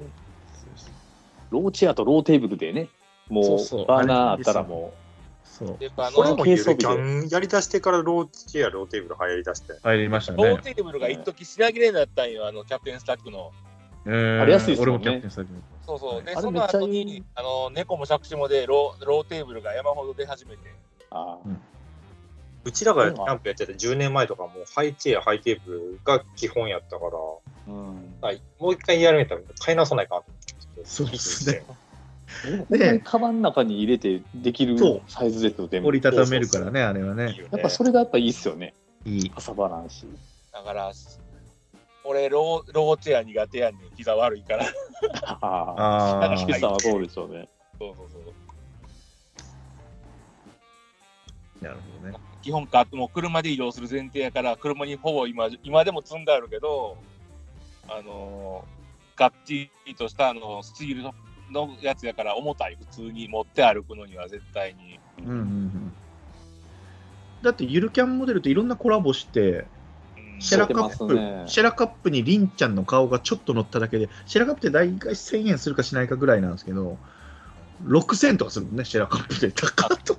ローチェアとローテーブルでね、もう
そうそう
バーナーあったらも
そう
っていうか、あ
これ
の、
もゆるキャンやりだしてからローチェア、ローテーブル流行りだして。
入りました
ロ
ね
ー。テーブルが一時品切れになったんよ、あの、キャプテンスタックの。
えー
あれ安いですもん
俺
ね
もキャプテンスタッグ。
そうそう。で、
あれ
そ
めっ
の
ちゃいい
後に、あの、猫も借子もでロー、ローテーブルが山ほど出始めて。
あー
うちらがキャンプやってた10年前とかもうハイチェア、ハイテーブルが基本やったから、
うん
あもう一回やるんやったら買い直さないかなと思ってちょっと
そうですね
ほ
一時期
んまにカバンの中に入れてできる
そう
サイズですよ、全部。
折り
や
たためるからね、あれは
していい
ね。
よね
っぱそれがやっぱいいっすよね。
いい。
かさばらんし。
だから、俺ロー、ローチェア苦手やねん。膝悪い
[laughs]
から。
ああ。
あ
秋
あ
吉さんはそうでしょうね。
そうそうそう。
なるほどね。
基本か、もう車で移動する前提やから、車にほぼ今、今でも積んであるけど、あのー、がっちりとしたあのスチールののやつやから重たい、普通に持って歩くのには絶対に。
うんうんうん。だって、ゆるキャンモデルといろんなコラボして、
うん
シェラカッ
そう
プ、
出てますね
シェラカップにりんちゃんの顔がちょっと乗っただけで、シェラカップって大概1000円するかしないかぐらいなんですけど、6000とかするもんね、シェラカップで。高っと。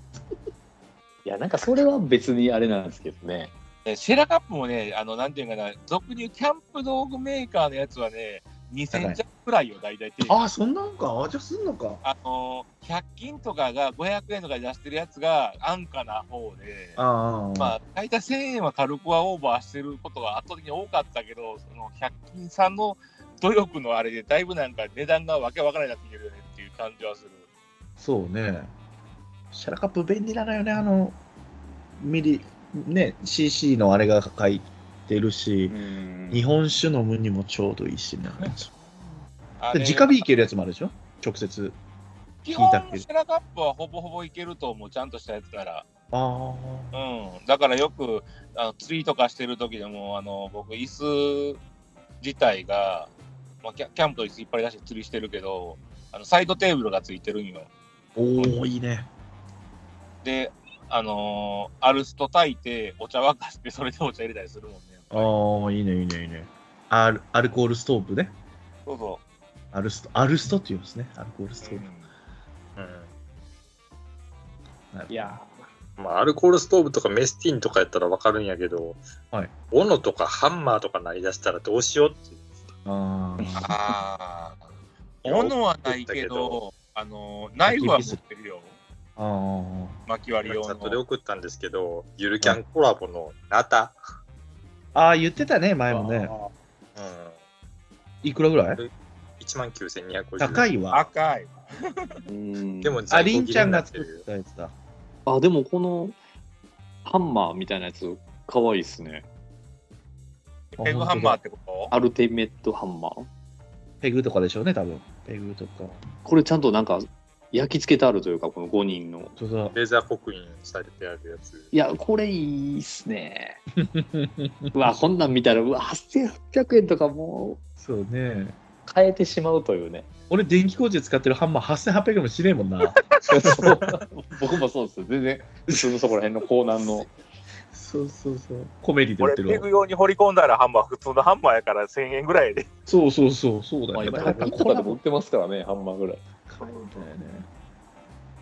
いや、なんかそれは別にあれなんですけどね。
でシェラカップもね、あの、なんていうかな、俗に言うキャンプ道具メーカーのやつはね、2000弱くらいを大体定価
ああ、そんなんか。あじゃあすんのか。
あのー、100均とかが500円とかで出してるやつが安価な方で、
ああ、
まあ、大体1000円は軽くはオーバーしてることが圧倒的に多かったけど、その100均さんの努力のあれで、だいぶなんか値段がわけわからないなってきてるよねっていう感じはする。
そうね。シャラカップ便利なのよね、あの、ミリ、ね、CC のあれが書いてるし、日本酒飲むにもちょうどいいしね。
あ
で
れ
直火いけるやつもあるでしょ直接。
基
聞い
本
たっけ、
シェラカップはほぼほぼいけると思う、ちゃんとしたやつなら。
ああ。
うん、だからよくあの釣りとかしてる時でもあの僕椅子自体が、まあ、キャキャンプの椅子いっぱい出して釣りしてるけどあのサイドテーブルがついてるんよ
おお、いいね。
であのーアルスト炊いてお茶沸かしてそれでお茶入れたりするもんね
ああ、いいね、いいね、いいね。アルアルコールストーブね。
そうそ
アルスト、アルストって言うんですね。アルコールスト
う、う
ー
ん
ブ。
いや
うんまあ、アルコールストーブとかメスティンとかやったらわかるんやけど、
はい
斧とかハンマーとかなりだしたらどうしようって
あ
あ
あ。
あ斧はないけどあのーナイフは持ってるよ
ああ。
巻き割り用
チャットで
の
送ったんですけど、ゆるキャンコラボのナタ、
ああ、言ってたね、前もね。
うん、
いくらぐらい
1万9250円。
高いわ。
赤い
うん。
でも、
あ、りんちゃんが
在庫切
作
れにな
ったやつだ。
あ、でもこのハンマーみたいなやつ、かわいいっすね。
ペグハンマーってこと
アルティメットハンマー。
ペグとかでしょうね、多分。ペグとか。
これちゃんとなんか焼き付けてあるというか、この5人の。
そうだ。
レーザー刻印されてあるやつ。
いや、これいいっす [laughs] ね。うわ、こんなん見たら、うわ、8800円とかも
そうね。
う変えてしまうというね。
俺、電気工事で使ってるハンマー8800円もしねえもんな。
[laughs] 僕もそうですよ。全然、普通のそこら辺の港南の。
そうそうそう。コメディで売
俺
って
ペ
る
グ
わ。
用に掘り込んだらハンマー普通のハンマーやから1000円ぐらいで
そうそうそう、そうだ
まあ、
よ。
今、
だから
100とかでも売ってますからね、ハンマーぐらい。
買うんだよね。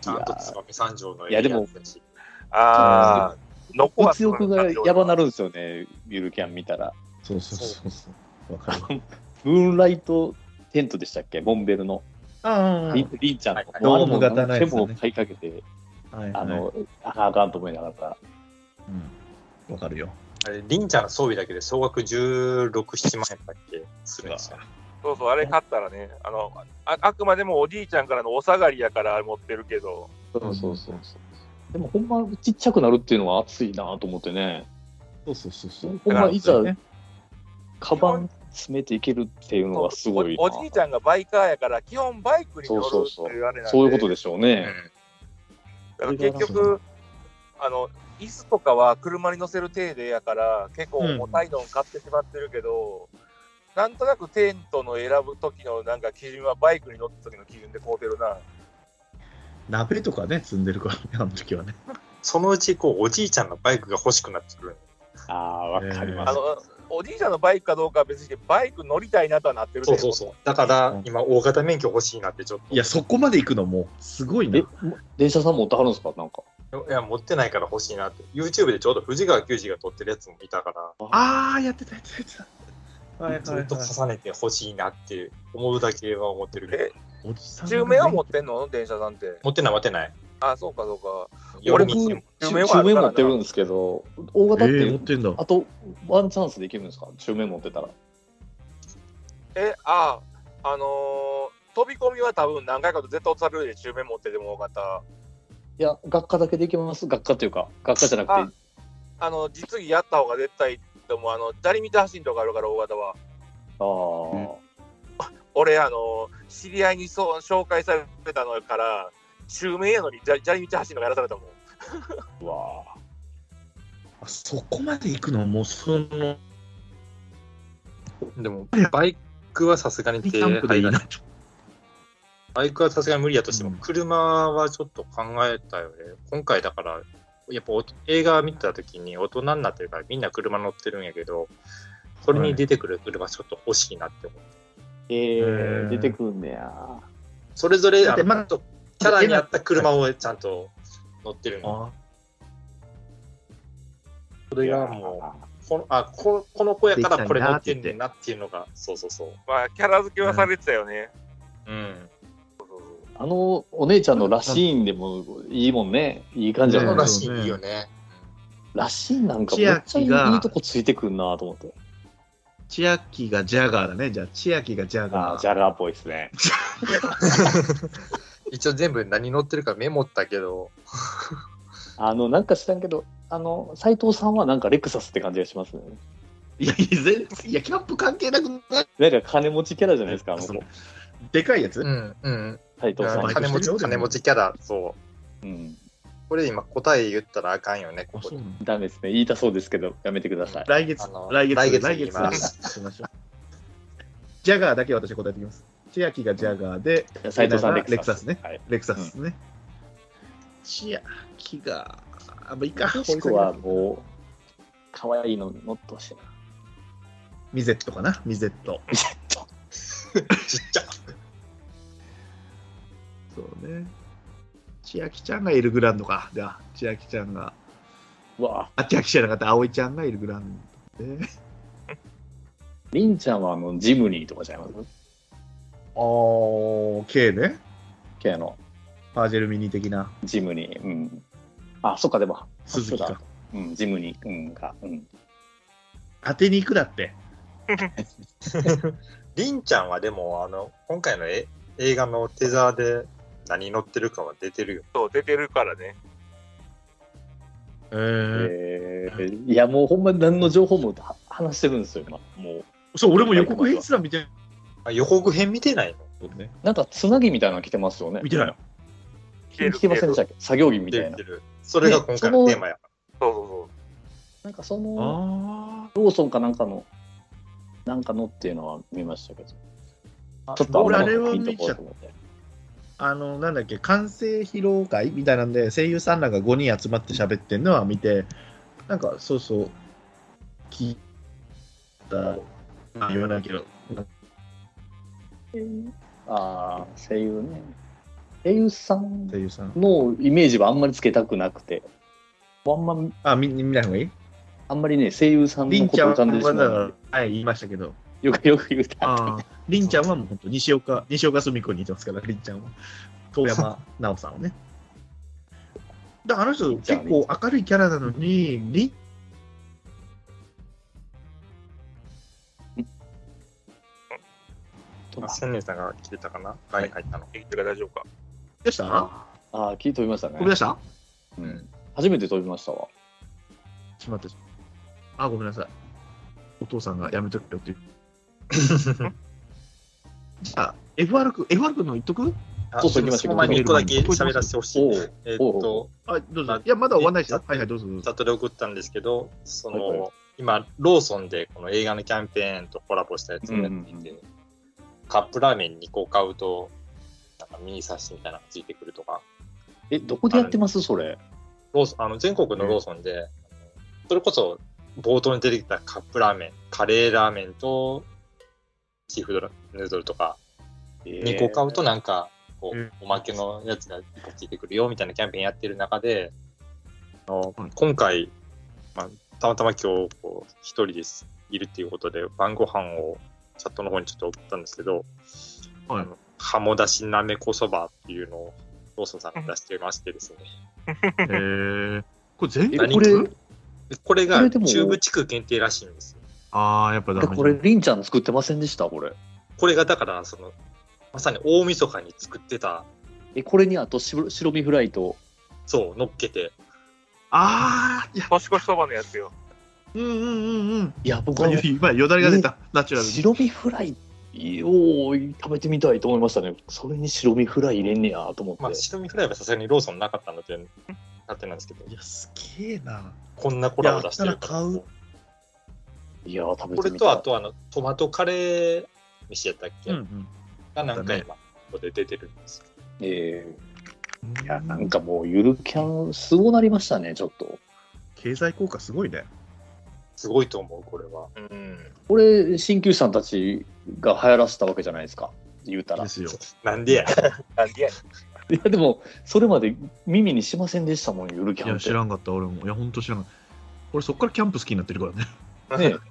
ちゃんとつばみ三条の
いやでも
つやし
ああ、ノコは
物欲がやばなるんですよね、ゆるキャン見たら。
そうそうそうそう。わかるわ。
ムーンライトテントでしたっけ、ボンベルの。
あ
りりんちゃんの
はいは。い
ドーム型のやつね
も買いかけて、
あ、はいはい
あの、あかんあかんと思いながら。
うんわかるよ。
あれ、りんちゃんの装備だけで総額16、7万円だっけするんですよ。
そうそう、あれ買ったらね、あのあ、あくまでもおじいちゃんからのお下がりやから持ってるけど、
そうそうそうそう。でもほんまちっちゃくなるっていうのは熱いなと思ってね。
そうそうそうそう。
ほんまいざ
ね
カバン詰めていけるっていうのはすごいな
おおじいちゃんがバイカーやから、基本バイクに乗る
そうそうそう
っていうあれなんで、
そういうことでしょうね。
だから結局、あの、椅子とかは車に乗せる程度やから、結構重たいのを買ってしまってるけど、なんとなくテントの選ぶ時のなんか基準はバイクに乗った時の基準で買うてるな。
鍋とかね、積んでるからね、あの時はね。
そのうち、こう、おじいちゃんのバイクが欲しくなってくる。
ああ、わかりま
あ
す。
のおじいちゃんのバイクかどうかは別にしてバイク乗りたいなとはなってる
そうそうそう。だから、今、大型免許欲しいなってちょっと。
いや、そこまで行くのも、すごいな
え。、も電車さん持ってはるんですかなんか。
いや、持ってないから欲しいなって。YouTube でちょうど藤川球児が撮ってるやつも見たから、
あー、やってた、やってた、やってた。はい
ず
はいは
っ
い
と。重ねて欲しいなって思うだけは思ってるけど
え。
おじさんがね
中面は持ってんの電車さんって。
持ってない持ってない。
あ、そうかそうか。
夜
僕
に行っても
中
中
面
面
はあるからな
持ってるんですけど、大型っ
えー、持っててんだ。
あとワンチャンスでいけるんですか中面持ってたら。
え、ああ、あのー飛び込みは多分何回かと絶対落とされるで中面持っててもよかった。
いや、学科だけでいきます。学科というか、学科じゃなくて、
あの、実技やった方が絶対いいと思う。あの、砂利見て走るとかあるから、大型は。
ああ、
俺、あのー知り合いにそう紹介されたのから、中面やのに砂砂利道走るのがやらされたもん。
うわあ。
あそこまで行くのもうその
でも、バイクはさすがに
キ
手
ャンプでい
入
い
ら
な
ない。バイクはさすがに無理やとして
う
も
ん、
車はちょっと考えたよね。今回だから、やっぱお映画見た時に大人になってるからみんな車乗ってるんやけど、それに出てくる車ちょっと欲しいなって思う。
ええ
えー
出てくんねや。
それぞれ、
だ
あ
ってまだ
のちょっとキャラに合った車をちゃんと乗ってるんや
あ
それがもう、このあここの子やからこれ乗ってんねんなっていうのが、そうそうそう。
まあ、キャラ付けはされてたよね。
うん。
あのお姉ちゃんのラシーンでもいいもんね。いい感じ
そ
やも
の
ん
ら
ね。
しいよね。
ラシーンなんかめ
千
っちゃ
秋が
いいとこついてくんなと思って。
千秋がジャガーだねじゃあ千秋がジャ
あ
ガ
あ、
ー
ジャガーっぽいですね。
一応全部何乗ってるかメモったけど、
あの、なんか知らんけど、あの、斎藤さんはなんかレクサスって感じがしますね。
いやいや全いやキャンプ関係なくない
なんか金持ちキャラじゃないですか、あの
そ
子
のでかいやつ、
うんうん。
斎藤さん
あ。
金持ち、金持ちキャラ、そう。
うん。
これ今答え言ったらあかんよね、ここで。
なんだ
ダメですね。言いたそうですけど、やめてください。
来月
あの
来月
来
来
月
月
に言います
にしましょうジャガーだけ私答えてきます千秋がジャガーで
斎藤さん、
レ
レ
ク
ク
サス
サス。
ね
はい。
レクサスですね、千秋があまあいいか
もしくはもう、可愛いの乗ってほしいな。
ミゼットかなミゼット
ちっちゃ。
そうね千秋ちゃんがエルグランドかじゃあ千秋ちゃんが
うわあ
あ千秋じゃなかった葵ちゃんがエルグランドで
りんちゃんはあの、ジムニーとかじゃないます
あー K ね
系の、
パージェルミニ的な
ジムニー。うん。あ、そっか、でも、
鈴木
そう
か
だうん、ジムニー、うん、が、うん。
当てに行くだって
りんちゃんはでも、あの、今回のえ映画のテザーで何乗ってるかは出てるよ。
そう、出てるからね。
えー、
えーいや、もうほんまに何の情報もは話してるんですよ、今。もう。
そう俺も予告編すら見てない
あ予告編見てないの
ね
なんか、つなぎみたいなの来てますよね。
見てないよ
来
聞きませんでしたっけ作業着みたい
出
な
て。る。それが今回のテーマや。
そうそうそう。
なんかその、
あ
ローソンかなんかの、なんかのっていうのは見ましたけど、ち
あ
ょっと
俺
あ
あ
んま
れ
り
を
ピンと
見
こ
ち
な
ゃ
いと思って。
あのなんだっけ完成披露会みたいなんで声優さんらが5人集まって喋ってんのは見てなんかそうそう聞いたまあ言わないけど
ああ、声優ね。声優さん
声優さん
のイメージはあんまりつけたくなくて、あんま
あ見見ない方がいい
あんまりね、声優さん
り
の
ん
こ
ちゃ
と
ん
を
は
浮かんでしま
だ
う
か
の
ら
で。
はい言いましたけど
よくよく言うた。
あありんちゃんはもう本当西岡西岡澄子に似てますからりんちゃんは遠山奈緒さんをねだからあの人結構明るいキャラなのにりん
あ千年さんが来てたかなはい、入ったの。
生きてるから大丈夫か。
でした
ああ、聞いておりましたね
飛び。出した
うん初めて飛びましたわ。
しまってあごめんなさいお父さんがやめとけよって言う [laughs] じゃあ FR 君 FR 君の言っとく
あ
そうそう行きましょう
その前に一個だけ喋らせてほしい。
おう
えっ
おう
と、
あどう
あ
ぞいやまだ終わんないですよ
え
はいはいどうぞどうぞ
チャットで送ったんですけど、その、
はいは
今、ローソンでこの映画のキャンペーンとコラボしたやつをやっていて、カップラーメン2個買うと、なんかミニサッシみたいなのがついてくるとか、
え、どこでやってますそれ。
ローソンあの全国のローソンで、それこそ冒頭に出てきたカップラーメン、カレーラーメンとシーフードヌードルとか、2個買うとなんかこ
うん
うおまけのやつが1個ついてくるよみたいなキャンペーンやってる中で、あの
うん
今回、まあ、たまたま今日こう一人ですいるっていうことで晩ご飯をチャットの方にちょっと送ったんですけど、
はい
あの鴨だしなめこそばっていうのをローソンさんが出してましてですね、
へえこれ全
え、
国
こ
何
れ、
でこれ
こ
が
れでも
中部地区限定らしいんですよ。
ああやっぱ
え
ダメ
これ、りんちゃん作ってませんでしたこれ。
これがだから、その、まさに大晦日に作ってた、
え、これにあと白白身フライと、
そう、乗っけて、
あー、いや、
年越しそばのやつよ。
うんうんうんうん。
いや、僕は
[laughs] 今、よだれが出た、ナチュラルに。
白身フライを食べてみたいと思いましたね。それに白身フライ入れんねやと思って。
まあ、白身フライはさすがにローソンなかったので、なってないんですけど、
いや、すげえな。
こんなコラボ出してるから。
いやあったら
いやー、食べ
こ
て
れ
みたい。
と、あと、あの、トマトカレー飯やったっけ、
うんうん。
が何回も、ここで出てるんですよ
えーいや、な
うん
んかもう、ゆるキャン、すごなりましたね、ちょっと。
経済効果すごいね。
すごいと思う、これは。
うん。
これ、鍼灸師さんたちが流行らせたわけじゃないですか、言うたら。
で
い
すよ。
なんでや。
なんでやね
や、でも、それまで耳にしませんでしたもん、ゆるキ
い
ャン
や、
って。
知らんかった、俺も。いや、ほんと知らんかった。俺、そっからキャンプ好きになってるからね。
ね [laughs]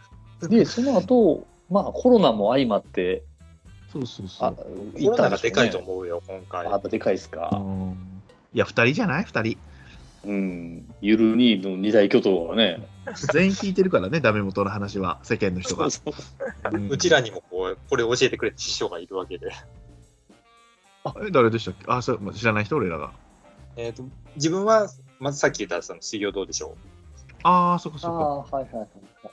で、その後、まあ、コロナも相まって、
そうそうそ
あ
う。、
コロナが
しょ
でかいと思うよ、今回。
やっぱでかいです
あ
か。
のーいや、二人じゃない二人。
うん。ゆる2の二大巨頭はね。
全員聞いてるからね、ダメ元の話は、世間の人が。
そうそう
うん
うちらにもこう、これを教えてくれた師匠がいるわけで。
え誰でしたっけあ、そう、知らない人、俺らが。
えっと、自分は、まずさっき言ったその水曜どうでしょ
ああ、そっか
あ
そっか。
あ、はいはいはいはい。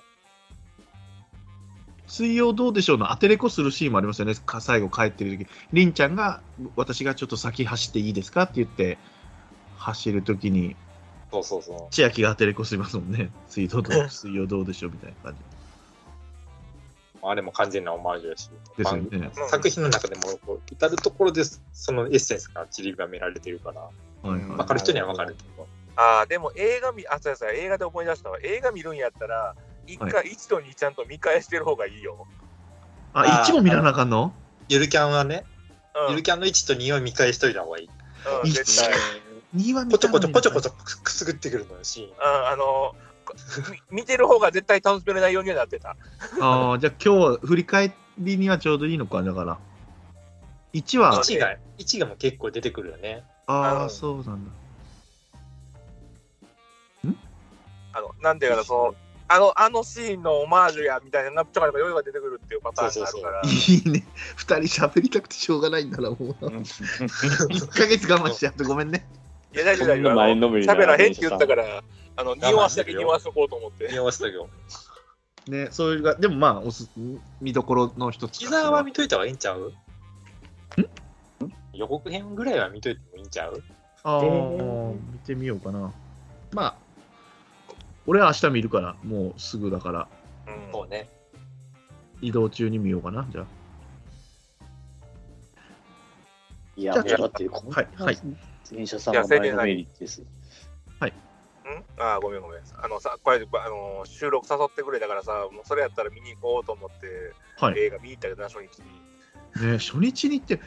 水曜どうでしょうのアテレコするシーンもありますよね、か最後帰ってる時りんちゃんが、私がちょっと先走っていいですかって言って、走る時に、
う。そうそうそ
千秋がアテレコしますもんね、水曜
[laughs]
どう水曜どうでしょうみたいな感じ。
う。あれも完全なオマージュだし。
ですよね
まあ作品の中でも、こう至るところで、そのエッセンスが散りばめられてるから、
はい
分
は
かる人には分かると思う。
ああ、でも映画見、あ、そうやそうや映画で思い出したわ。映画見るんやったら、一
は
回、一と二ちゃんと見返してる方がいいよ。
い、あ、
あ
1
ー
も見らなあかんの
ゆるキャンはね、
うん。
ゆるキャンの1と2を見返しといた方がいい。
うん、絶対。
?2 は見
こち
た
ょ
のに
こちょこちょこちょくすぐってくるのよ、シーン
う。ん、あの、こみ見てる方が絶対楽しめないようにはなってた。
ああ、じゃあ今日、振り返りにはちょうどいいのか、だから。1は、
1が、1がもう結構出てくるよ [laughs] ね。
あ
う
あ、
ん
そうなんだ。
あの、なんていうかな、その、あの、あのシーンのオマージュや、みたいな、なんとかなんか余裕が出てくるっていうパターンがあるから。
いいね。二人喋りたくてしょうがないんだな、もう。1ヶ月我慢しちゃってごめんね。
いや、大丈夫大丈
こん
夫。
な
あ
前
の
のめりな
喋らへんって言ったから、あの、ニュアンスだけ
我慢してる
ニ
よ
ュアンスとこうと思って。
見合わせたけど。
ね、そういうが、でもまあ、おす、見どころの一つか。
ティザーは見といた方がいいんちゃう予告編ぐらいは見といてもいいんちゃう
ああ、
えー
見てみようかな。まあ、俺は明日見るから、もうすぐだから、
うん
そうね。
移動中に見ようかな、じゃあ。
いや、
じ
も
ゃあ
うだって、こん
はいは
ない電車さんが前のめりです。
んああ、ごめんごめん。あのさ、これ、ばあのー収録誘ってくれたからさ、もうそれやったら見に行こうと思って、
はい。
映画見に行ったけどな、初日に。
ね、初日に行って、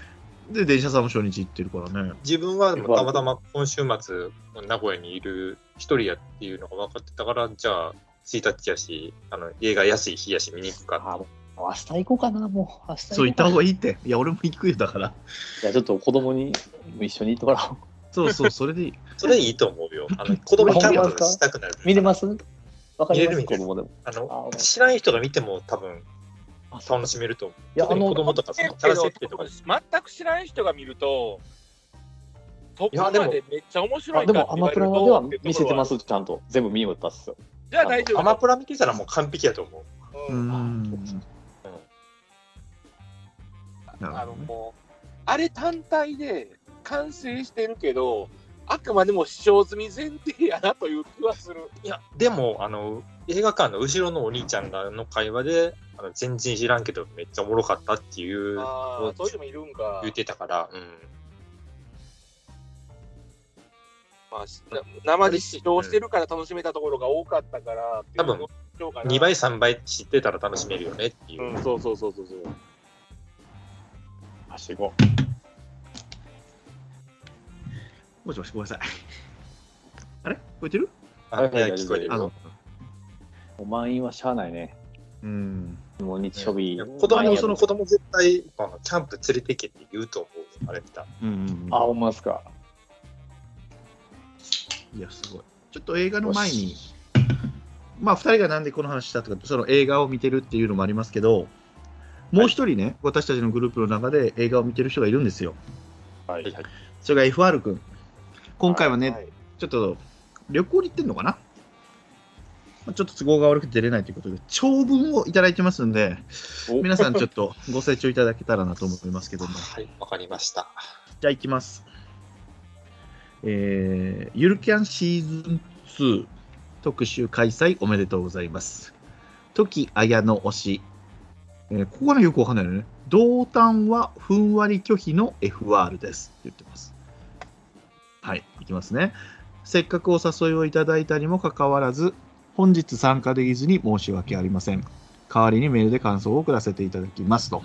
で、電車さんも初日行ってるからね。
自分はたまたま今週末、名古屋にいる一人やっていうのが分かってたから、じゃあ、1日やし、あの映画安い日やし、見に行くか。
あーもう明日行こうかな、もう。明日
そう、行った方が
いい。
いいって。いや、俺も行くよ、だから。
いや、ちょっと子供に一緒に行ってもらおう。
そうそう、それでいい。
それいいと思うよ。あ [laughs] の子供キャンプしたくなる。
見れますわかりま
見れる
す
見れ
子
る
供でも。
あの
あ
知らない人が見ても多分
あそう
楽しめると思う。
いや、あ
特に
の、
子供とかそのキャラ設定とかで
全く知らない人が見ると、そこ
いやでも
までめっちゃ面白
あ
いか
で
って
もア
言わ
マ
れ
プ
る
ラ
と
では見せてま。
って
す、ちゃんと。全部見よったっす
と
よ。
ころはじゃあ大丈夫。
アマプラ見てたらもう完璧やと思う。
[laughs]
う
うー
ん
ん。な
あの、
るほどね
もう、あれ単体で完成してるけど、あくまでも視聴済み前提やなという気はする。
いや、でも、あの、映画館の後ろのお兄ちゃんらの会話で、あの全然知らんけど、めっちゃおもろかったっていう、
ああ、そういうのもいるんか。
言ってたから、うん。
まあ、しな生で視聴してるから楽しめたところが多かったから、
多分2倍、、3倍知ってたら楽しめるよねっていう。
うん、そうそうそうそうそう。
はしご。
もしもし、ごめんなさい。 [laughs] あれ聞こえてる
あいや聞こえてる
あの、
もう満員はしゃあないね。
うん。
もう日曜日。
いや子供
満員
の、
や
その子供絶対、あのキャンプ連れてけって言うと思う。あれ見た。
うんうんうん
あ、ほんまですか。
いや、すごい。ちょっと映画の前に、まあ、2人がなんでこの話したとか、その映画を見てるっていうのもありますけど、もう一人ね、私たちのグループの中で映画を見てる人がいるんですよ。
はい
はいはい。
それが FR 君。今回はね、
い
ちょっと旅行に行ってんのかなまあちょっと都合が悪くて出れないということで、長文をいただいてますんで、
お
皆さんちょっとご清聴いただけたらなと思いますけども。
はい、わかりました。
じゃあ行きます。えー、ゆるキャンシーズン2特集開催おめでとうございます。時綾の推し。えーここがよくわかんないよね。同担はふんわり拒否の FR です。って言ってます。はい、行きますね。せっかくお誘いをいただいたにもかかわらず、本日参加できずに申し訳ありません。代わりにメールで感想を送らせていただきますと。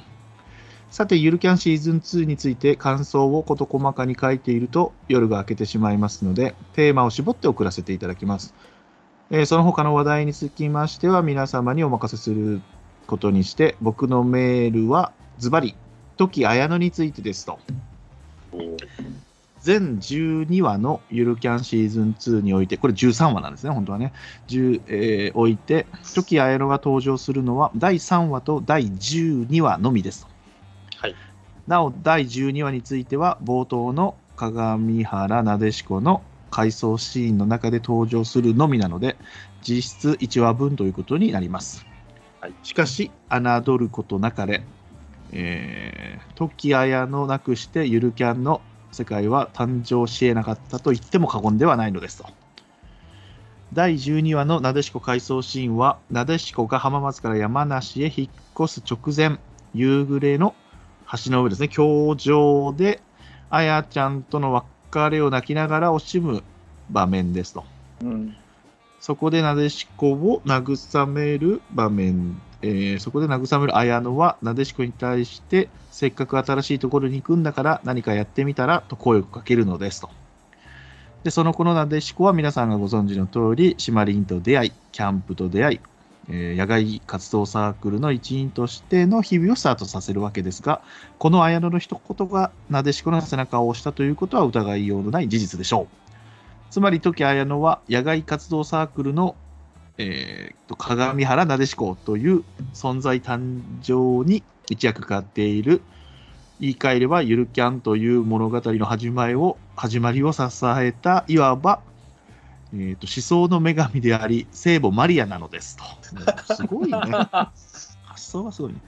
さて、ゆるキャンシーズン2について感想を事細かに書いていると夜が明けてしまいますので、テーマを絞って送らせていただきます。えーその他の話題につきましては皆様にお任せすることにして、僕のメールはズバリ、時綾乃についてですと。全12話のゆるキャンシーズン2において、これ13話なんですね、本当はね。10えー、おいて、時綾乃が登場するのは第3話と第12話のみですと。
はい。
なお、第12話については、冒頭の鏡原なでしこの回想シーンの中で登場するのみなので、実質1話分ということになります。
はい
しかし、侮ることなかれ、えー、時綾のなくしてゆるキャンの世界は誕生し得なかったと言っても過言ではないのですと。第12話のなでしこ回想シーンは、なでしこが浜松から山梨へ引っ越す直前、夕暮れの橋の上ですね、橋上で、あやちゃんとの別れを泣きながら惜しむ場面ですと。
うん
そこでなでしこを慰める場面、えーそこで慰める綾乃は、なでしこに対して、せっかく新しいところに行くんだから、何かやってみたらと声をかけるのですと。で、その子のなでしこは皆さんがご存知の通り、シマリンと出会い、キャンプと出会い、えー野外活動サークルの一員としての日々をスタートさせるわけですが、この綾乃の一言がなでしこの背中を押したということは疑いようのない事実でしょう。つまり時綾乃は野外活動サークルの、えーと鏡原なでしこという存在誕生に一役買っている言い換えればゆるキャンという物語の始まりを始まりを支えたいわば、えーと思想の女神であり聖母マリアなのですと。すごいね。発想がすごいね。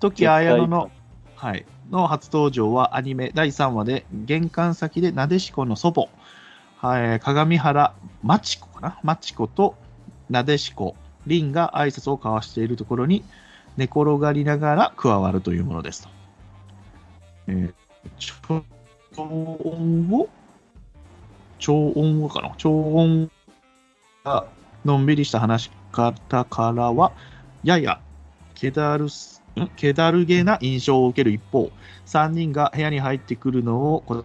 時綾乃のはい、の初登場はアニメ第3話で玄関先でなでしこの祖母、はい、鏡原まちこかなまちことなでしこ凛が挨拶を交わしているところに寝転がりながら加わるというものですと。えー超音を超音をかな超音がのんびりした話し方からはややけだるすんけだるげな印象を受ける一方、3人が部屋に入ってくるのをこ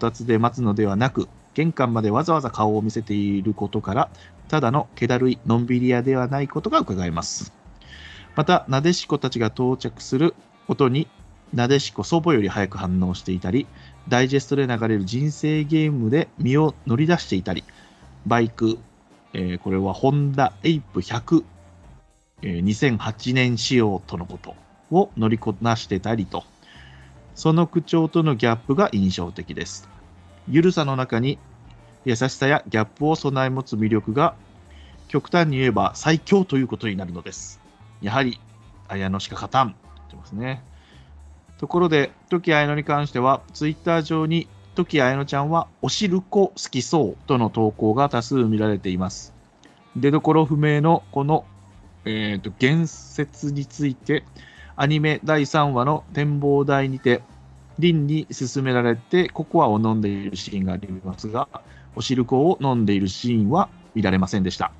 たつで待つのではなく、玄関までわざわざ顔を見せていることから、ただのけだるいのんびり屋ではないことが伺えます。また、なでしこたちが到着することに、なでしこ祖母より早く反応していたり、ダイジェストで流れる人生ゲームで身を乗り出していたり、バイク、えーこれはホンダエイプ100えー2008年仕様とのことを乗りこなしてたりと、その口調とのギャップが印象的です。ゆるさの中に優しさやギャップを備え持つ魅力が、極端に言えば最強ということになるのです。やはり、綾乃しか勝たん。と言ってますね。ところで、時綾乃に関しては、ツイッター上に、時綾乃ちゃんは、おしるこ好きそうとの投稿が多数見られています。出どころ不明のこのえーと言説についてアニメ第3話の展望台にてリンに勧められてココアを飲んでいるシーンがありますがお汁粉を飲んでいるシーンは見られませんでした、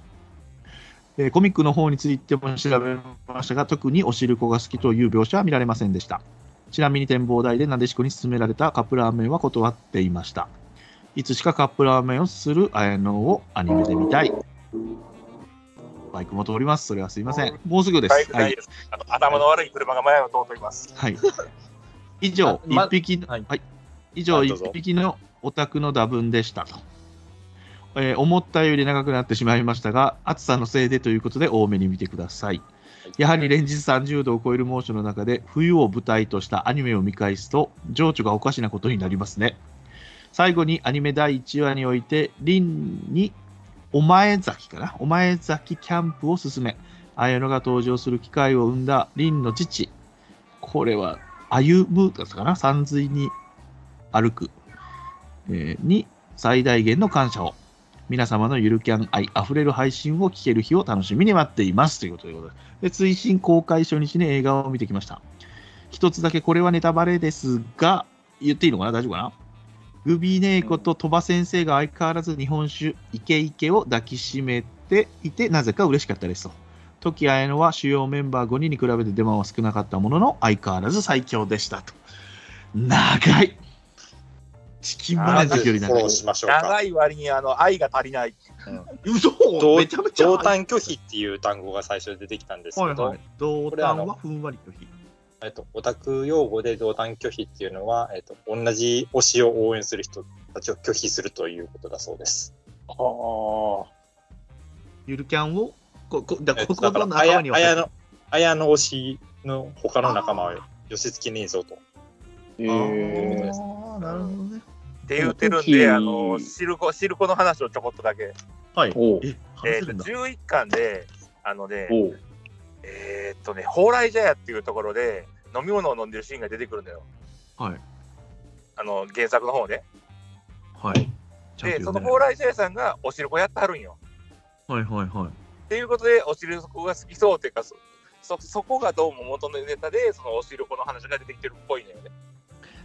えーコミックの方についても調べましたが特にお汁粉が好きという描写は見られませんでしたちなみに展望台でなでしこに勧められたカップラーメンは断っていましたいつしかカップラーメンをする綾乃をアニメで見たいバイクも通りますそれはすいませんもうすぐです
バイク
は
ないいです、あの頭の悪い車が前を通っております。
はい。以上
あ、ま
一匹の、
は
はいい、以上、
あどう
一
ぞ
匹のオタクの打分でしたと。えー思ったより長くなってしまいましたが、暑さのせいでということで多めに見てください。やはり連日30度を超える猛暑の中で冬を舞台としたアニメを見返すと情緒がおかしなことになりますね最後にアニメ第1話においてリンにお前崎かなお前崎キャンプを進め綾野が登場する機会を生んだリンの父これは歩むだったかな山水に歩く、えーに最大限の感謝を皆様のゆるキャン愛あふれる配信を聞ける日を楽しみに待っていますということでございますで追伸公開初日に映画を見てきました一つだけこれはネタバレですが言っていいのかな大丈夫かなグビーネイコと鳥羽先生が相変わらず日本酒イケイケを抱きしめていてなぜか嬉しかったですと時綾乃は主要メンバー5人に比べて出番は少なかったものの相変わらず最強でしたと長いチキンバレン
ま
ズより
ずフ
長
ォロー
い
しましょうか
長。い割にあの愛が足りない。
嘘
同
めちゃめちゃ
同担拒否っていう単語が最初に出てきたんです
は
け
い
ど、
はい同担はふんわり拒否
えっと、オタク用語で同担拒否っていうのは、えっと、同じ推しを応援する人たちを拒否するということだそうです。
ゆるキャンをここだ
えっ
ことこ
だか
の
ら、あや
仲間には
あやの、あやの推しの他の仲間を寄せ付けねえぞと。
え
あ
ー
ーなるほどね
って言ってるん
う
で、
ん
あの、シルコ、シルコの話をちょこっとだけ。
はい
おう
え
え
話
っ
せ
と、
るんだ
11巻で、あのね、
おう
えーっとね、蓬莱茶屋っていうところで飲み物を飲んでるシーンが出てくるんだよ。
はい
あの、原作の方ね。
はいちゃんと
で、その
読ん
蓬莱茶屋さんがお汁粉やってはるんよ。
はいはいはい
っていうことで、お汁粉が好きそうっていうか、そそそこがどうも元のネタで、そのお汁粉の話が出てきてるっぽいのよね。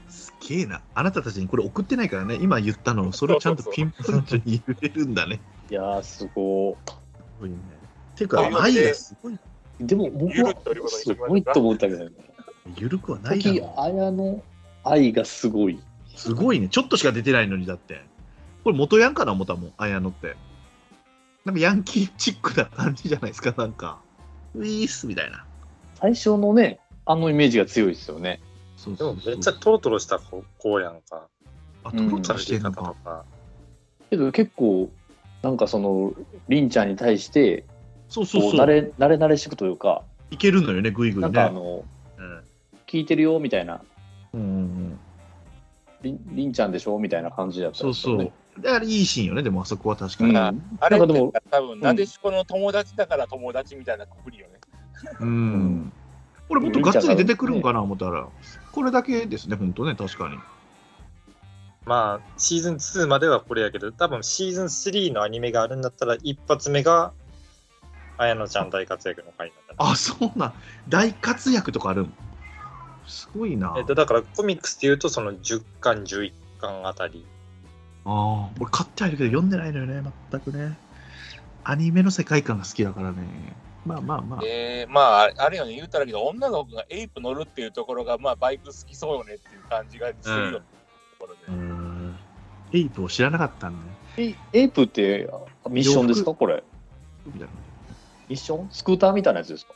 すげえな。あなたたちにこれ送ってないからね、今言ったのを、それをちゃんとピンポイントに言えるんだね。
いやーすご
すごいねていうか、
あ今ね
愛がすごい。
いでも僕
ゆる
は
っということにし
す
ときましょうか
ごいと思ったけどね
ゆるくはないだ
時
ろ。
綾の愛がすごいう
すごいね。ちょっとしか出てないのに、だって。これ元ヤンかな思ったもん、綾野って。なんかヤンキーチックな感じじゃないですか、なんか。ウィースみたいな。
最初のねあのイメージが強いですよね
そう
で
そ
も
うそ
め
う
っちゃトロトロした子子やんか。
あ、トロト
さ
ロ
れ
しててん
方
のか。
とか。
けど結構なんかその凛ちゃんに対して
そうそう
こう
そ
慣
う。
れ慣れ慣れしくというか
いけるのよね、ぐいぐ
ないんかあ
ね。
の
うん。
聞いてるよみたいな
うんうんうん。
りりんちゃんでしょみたいな感じだったん
そ
で
う
すよ
そう
ね。。
だからいいシーンよね、でもあそこは確か
うん
に。
あれ
な
っ
んかでも
て多分、なでしこの友達だから友達みたいなくくりよね。
うん。俺もっとがっつり出てくるんかな思ったら、これだけですね、本当ね、確かに。
まあ、シーズン2まではこれやけど、多分シーズン3のアニメがあるんだったら、一発目が、綾乃ちゃん大活躍の回なんだな。
あ、そうなん。大活躍とかあるんすごいな。
えっと、だからコミックスで言うと、その10巻、11巻あたり。
ああ、俺買ってはいるけど読んでないのよね、全くね。アニメの世界観が好きだからね。まあまあまあ。
で、まあ、あれよね、言うたらけど、女の子がエイプ乗るっていうところが、まあ、バイク好きそうよねっていう感じがするよ、
うん
ところで
うーん。エイプを知らなかったんだね。
えエイプってミッションですかこれ
みたいな
ミッションスクーターみたいなやつですか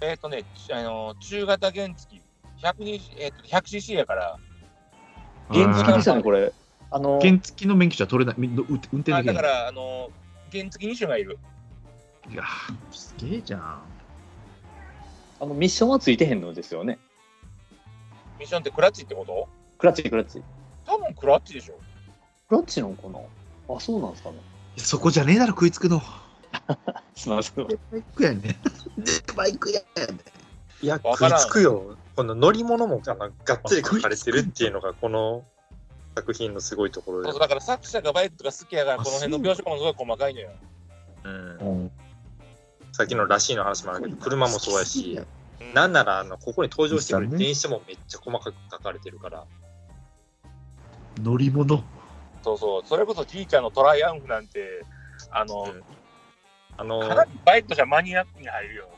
えっ、とね、ちあの中型原付100、えーと 100cc やから、
原付
あ
で
ー
すよねこれあの
原付の免許じゃ取れない、み運運転できな
あ
い。
だから、あの原付2種がいる。
いやー、すげえじゃん。
あのミッションはついてへんのですよね
ミッションってクラッチってこと
クラッチクラッチ
多分クラッチでしょ。
クラッチなのかなあそうなんですかね
そこじゃねえだろ、食いつくの。
すみません
バイクやね。バイクやね。
いや、
わ
食
か
い
らん
つくよ。この乗り物もあのがっつり書かれてるっていうのが、この作品のすごいところ
そう
で
そう。だから作者がバイクとか好きやから、
あ
この辺の描写もすごい細かいのよ。
うん
うん、
さっきのらしいの話もあるけど、車もそうやし、
うん
なんならあのここに登場してくる
ね
電車もめっちゃ細かく書かれてるから、
乗り物。
そうそう、それこそじいちゃんのトライアンフなんて、あの、
うんあ
かな
の
りバイクとしてはマニアックに入るよ。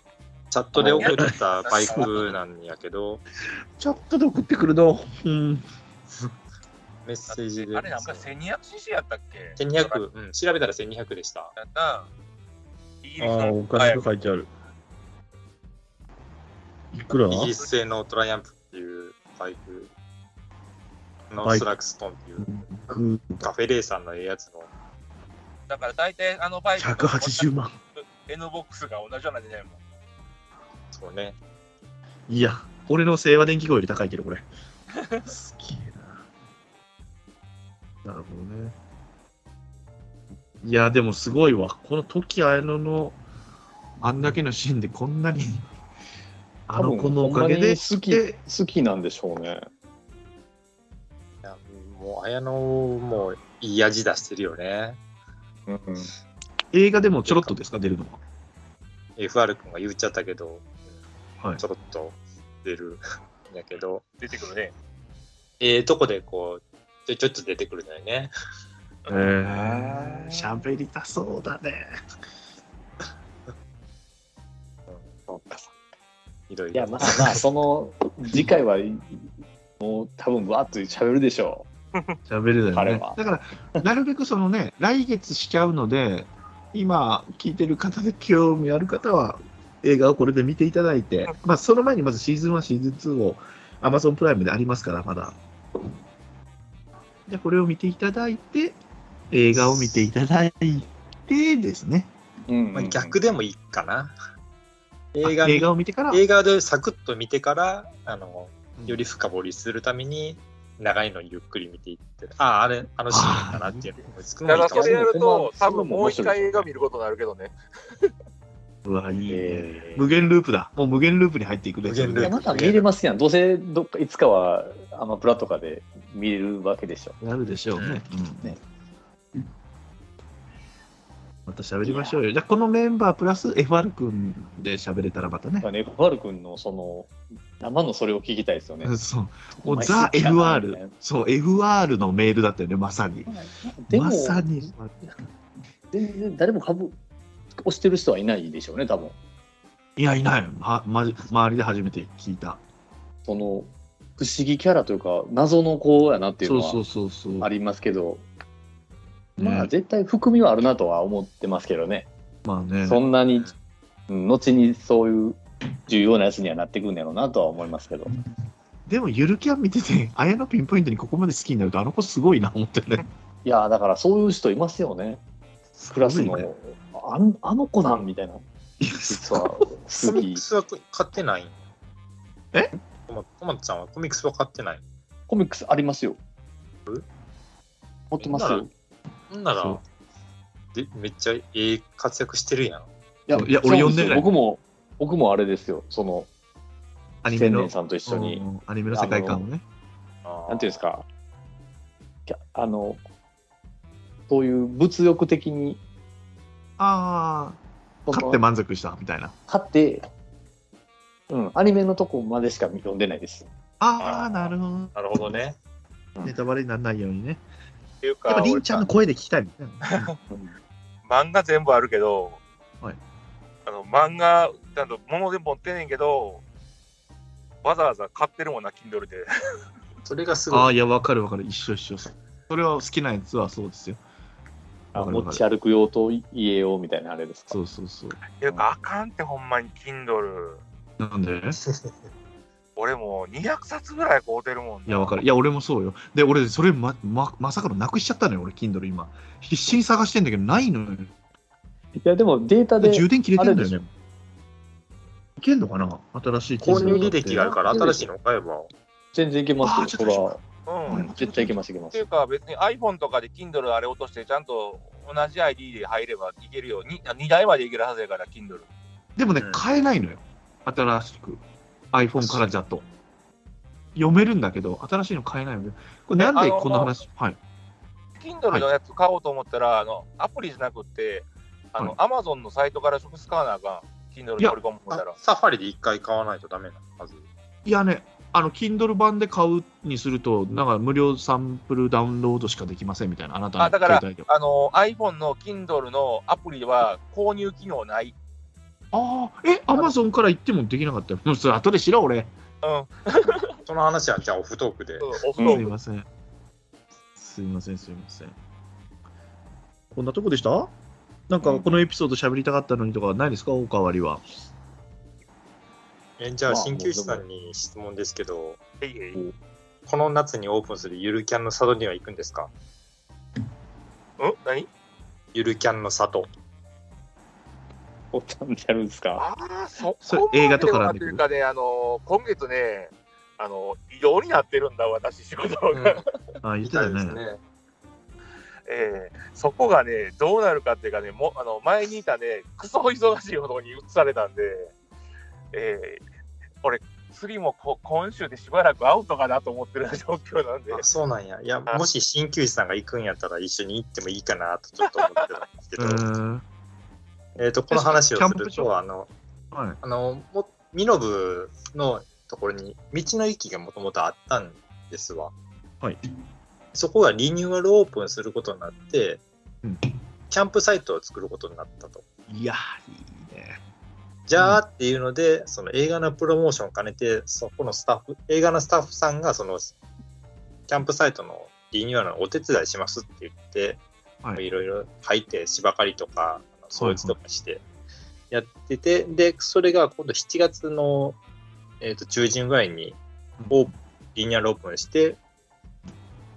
チャットで送ったバイクなんやけど、
チャットで送ってくるの。うん。
メッセージで
あれなんか 1200cc やったっけ
1200、うん、調べたら1200でした。
やった。イギリス
ああ、お
の
金が書いてある。いくら
イギリス製のトライアンプっていうバイクの
バイ
ス
ク
ラックストンっていう
ぐ
カフェレーサーのええやつの
だから大体あのバイクと
180万。
N ボックスが同じようなデザインもん。
そうね。
いや、俺の清和電気号より高いけど、これ。すげえな。なるほどね。いや、でもすごいわ。この時綾乃のあんだけのシーンでこんなにあの子のおかげ
ほんま
で
に好き
で
好きなんでしょうね。
いやもう綾野もういい味出してるよね。
うん
映画でもちょろっとですか、出るのは。
FR 君が言っちゃったけど、
はい
ちょろっと出るんだけど、
出てくるね。
ええとこでこう、ちょちょっと出てくるんだよね。
へえしゃべりたそうだね。
いろい
いや
ろ。
まあまあ [laughs] その次回はもう多分わっと喋るでしょ
しゃべるだよ
彼
ね
は。
だから、なるべくその
[laughs]
ね、来月しちゃうので、今聞いてる方で興味ある方は、映画をこれで見ていただいて、まあ、その前にまずシーズン1、シーズン2を Amazon プライムでありますから、まだ。で、これを見ていただいて、映画を見ていただいてですね。
う。うんうん
まあ逆でもいいかな。映画
あ映画を見てから、
映画でサクッと見てから、あの、より深掘りするために、長いのをゆっくり見ていって、ああ、あれ、あのシーンだなっていうのを思いつくの
だ
も
か
い
ら
いか
そ
も
れ
しれ
や
な
る
い。
と、
そ
多
れも
分もう一回映画見ることになるけどね。
うわ、いいね。
え
無限ループだ。もう無限ループに入っていくね
無限
ーい
ル
や
ー
まだ見れますやん。どうせどっかいつかはアマプラとかで見れるわけでしょ。
なるでしょうね。うん
ね
また喋りましょうよ。じゃあ、このメンバープラス FR 君で喋れたらまたね
だか。らね、ファル君のその生のそれを聞きたいですよね。
そう。
お
もう
前
ザ
好・きだなみた
FR
いな。
そう、FR のメールだったよね、まさに。
でも、
まさに。
全然誰も株押してる人はいないでしょうね、多分。
いや、いない。はま、周りで初めて聞いた。
その不思議キャラというか謎の子やなっていう
そ
の
うそう
は
そうそう。
ありますけど、
ね
まあ絶対含みはあるなとは思ってますけどね。
まあね。
そんなに、うん後にそういう重要なやつにはなってくるんやろうなとは思いますけど。
でも、ゆるキャン見てて、あやのピンポイントにここまで好きになると、あの子すごいな、思ってね。
いやー、だからそういう人いますよね。クラ
す
スの、
ごいね
あんあの子なんみたいな、
いや
実は
コ
好
ミッ
き
ク。スは買ってない
え
トマトマトちゃんはコミックスは買ってない。
コミックスありますよ。持ってますよ。
ほんなら
そ、
でめっちゃええ活躍してるやん。
いや
いや俺
そう
呼んでない
僕も、僕もあれですよ。その、
アニメ
千
の
年、さんと一緒に
う、んアニメの世界観をね。
なんていうんです
か。
か、キャあの、そういう物欲的に、
ああ、勝って満足したみたいな。
買って、うん、アニメのとこまでしか読んでないです。
あ
あ
あ、
ー
なるほど。
なるほどね。
ネタバレにならないようにね。
っていう
やっぱ
か、
りんちゃんの声で聞きたいみたいな。
うん
俺漫画全部あるけど、
はい
あの漫画、ちゃんと物でも持ってんねんけど、わざわざ買ってるもんな、Kindle
[laughs]
で。
それがす
ああ
ご
ー、
い。
いや、わかるわかる。一緒一緒。それは好きなやつはそうですよ。
あ
わかるわか
持
る
ち歩く用と家用みたいなあれですか。
そうそうそう。
っていうか、あかんって、ほんまに Kindle。
なんで
俺もう200冊ぐらい買うてるもん
いや、わか
る。
る。いや、俺もそうよ。で、俺、それま、ま、まさかのなくしちゃったのよ、俺、Kindle 今。必死に探してんだけど、ないのよ。
いや、でもデータで、
充電切れてんだ
あれで
よ
し
ね。いけんのかな新しい
購入履歴があるから、
そうそう
新しいの買えば。
全然いけます
あ
よ。
ち
そ
ょっと
れは、
うん。っ
絶対いけます、いけま
てい
[laughs]
す
う。か、別に iPhone とかで Kindle あれ落として、ちゃんと同じ ID で入ればいけるよ。にあ2台までいけるはずやから、Kindle。
でもね
うん、
買えないのよ。新しく。iPhone からだと。読めるんだけど、新しいの買えないのよ。これ、なんでこんな話。はい。
Kindle のやつ買おうと思ったら、あのアプリじゃなくって、あの、Amazon のサイトから直接買わなあかん。Kindle に取り込むんだら。
サファリで一回買わないとダメなはず。
いやね、あの、Kindle 版で買うにすると、なんか無料サンプルダウンロードしかできませんみたいな、あなた
あだ
の
から
携帯では。
あの iPhone の Kindle のアプリは購入機能ない。
ああ、え、Amazon から行ってもできなかったよ。もう [laughs] それ後でしろ、俺。
その話はじゃあオフトークで。
オフ
う
すい
ト
ません。すいません、すいません。こんなとこでしたなんかこのエピソード喋りたかったのにとかないですか、おかわりは。
えじゃあ、
まあ
鍼灸師さんに質問ですけど、
ーク。うん
この夏にオープンするゆるキャンの里には行くんですか
何
ゆるキャンの里。
ボタンでやるんですか。
ああ、そ
それ
こまで
映画と絡
は
んで
と
く
い
る
うかね、あの今月ね、あの異動になってるんだ、私、仕事が。
あ、言って
痛
た
い
よ
で
ね。
すね。
えーそこがね、どうなるかっていうかね、もうあの前にいたね、クソ忙しいほどに移されたんで、えー、俺、次もこ今週でしばらくアウトかなと思ってるような状況なんで、
あそうなんや。いや、
あ
もし鍼灸師さんが行くんやったら一緒に行ってもいいかなとちょっと思ってたんですけ
う
ど、
ーん。
えっと、この話を
キャン
す
プ
る
場
と、あの、
はい。
あの、もミノブのところに道の駅がもともとあったんですわ。
はい。
そこがリニューアルオープンすることになって、
うん
キャンプサイトを作ることになったと。
いやー、いいね。
じゃあっていうので、その映画のプロモーションを兼ねて、そこのスタッフ、映画のスタッフさんが、その、キャンプサイトのリニューアルのお手伝いしますって言って、
はい
いろいろ入って、芝刈りとか、あの掃除とかしてやってて、で、それが今度7月の、えー、と中旬ぐらいにオープンリニューアルオープンして、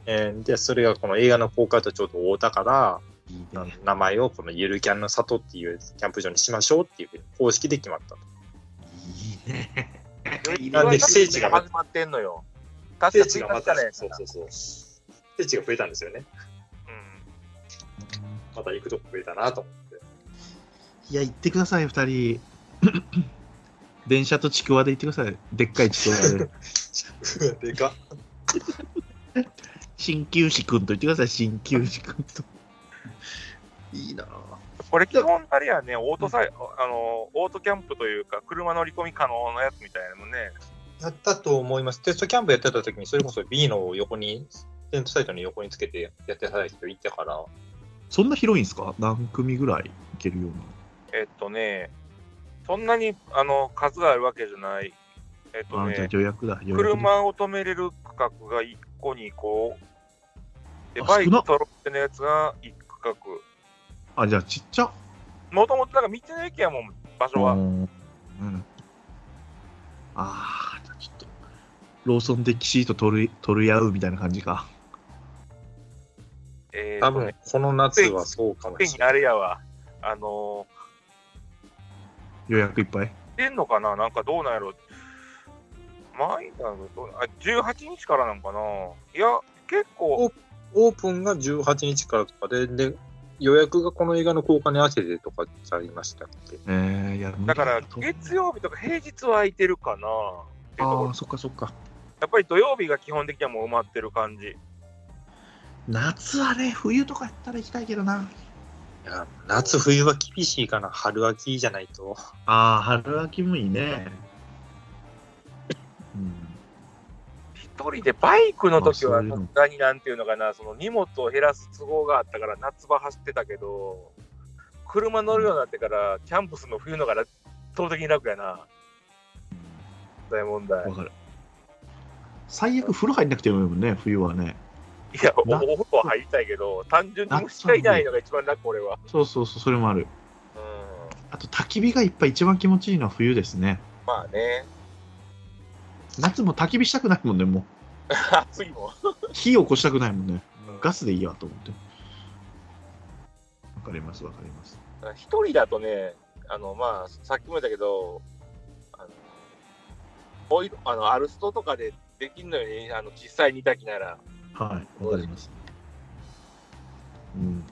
えーで、それがこの映画の公開とちょうど合うたから、
いい
あの
ね。
名前をこのゆるキャンの里っていうキャンプ場にしましょうっていうふうに公式で決まったと。
いいね。いいね
なんで聖地が
始まってんのよ。確
聖
か
地
に、
がま
確
た、
かね、
そうそうそう。聖地が増えたんですよね。
うん
また行くとこ増えたなと思って。
いや、行ってください、二人。電車とちくわで行ってください。でっかいちくわ [laughs] で。
[laughs] でか
鍼灸師くんと言ってください、鍼灸師くんと。いいなぁ。
これ基本あれやね、オートサイ、あの、オートキャンプというか、車乗り込み可能なやつみたいなのもね、
やったと思います。テストキャンプやってた時に、それこそ B の横に、テントサイトの横につけてやってた人いたから、
そんな広いんですか何組ぐらい行けるような。
えっとね、そんなに、あの、数があるわけじゃない。えっと
あ、じゃあ
ね、
予約だ。予約だ
車を止めれる区画が1個2個。で、
あ
バイ
少な
ク揃ってのやつが1区画。
あ、じゃあちっちゃ。
もともとなんか道の駅やもん、場所は。
うん。うんああ、じゃあちょっと、ローソンでキシート取る取り合うみたいな感じか。
え
多
ーと
分
ね、
この夏はそうかも
手
しれ
に
ない。
あれやわ。あの
予約いっぱい。
ー、出んのかななんかどうなんやろ前だろどうあ、18日からなんかないや、結構、
オープンが18日からとかで、で、予約がこの映画の公開に合わせてとかってありましたっけ
えー、いや
だから月
月
曜日とか平日は空いてるかなっていうとこ
あ
ろ
あ、。そっかそっか。
やっぱり土曜日が基本的にはもう埋まってる感じ。
夏はね、冬とかやったら行きたいけどな。
いや夏冬は厳しいかな。春秋じゃないと。
ああ、春秋もいいね。うん。
一人でバイクの時は
あそういうの
さすがになんていうのかな、その荷物を減らす都合があったから夏場走ってたけど、車乗るようになってからキャンプするの冬の方が圧倒的に楽やな。大問題。
わかる。最悪風呂入んなくてもいいもんね、冬はね。
いや、お
な
お風呂入りたいけど、単純に虫しかいないのが一番楽、俺は。
そうそうそう、それもある。
うん。
あと焚き火がいっぱい一番気持ちいいのは冬ですね。
まあね。 [laughs]
夏も焚き火したくないもんね、も
暑いもん。
う。火起こしたくないもんね。ガスでいいやと思って。わかります、わかります。
一人だとね、あの、まあ、さっきも言ったけど、あの、ボイルあのアルストとかでできんのよね、あの、実際にいたきなら。
はい、わかります。うん。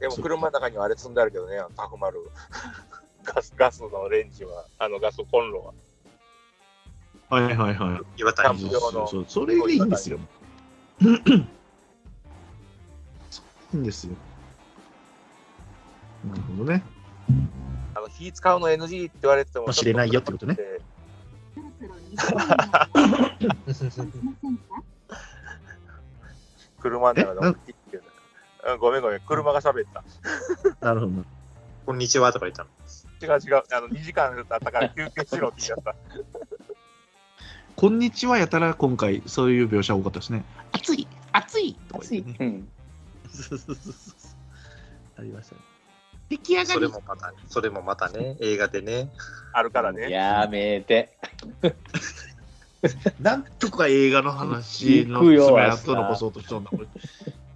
でも
そっか
車の中にはあれ積んであるけどね、あのタフマル。 [laughs] ガス、ガスのレンジは、あのガスコンロは。
はいはいはいはい。
岩
キャ
谷
ン
に
プ
そう
用
そう
の
そうそれでいいんですよ。いいんですよ。なるほどね。
あの火使うの NG って言われてても。
もしれないよってことね
ちょと。
そろそろ日本にはおりませんか
車の中
えな
の。うんごめんごめん、車が喋った。
なるほど。
こんにちはとか言ったの。
違う違う、あの2時間経ったから休憩しろって言っちゃった。
こんにちはやたら今回そういう描写多かったですね。暑い暑いとか
暑
言っ
い
てね。
うん。
そうそうそうそう [laughs] ありましたね。
出来上
それもまたね、それもまたね、映画でね。
あるからね。
やめて。
なんとか映画の話の
行くよ
爪痕残そうとしたんだこれ。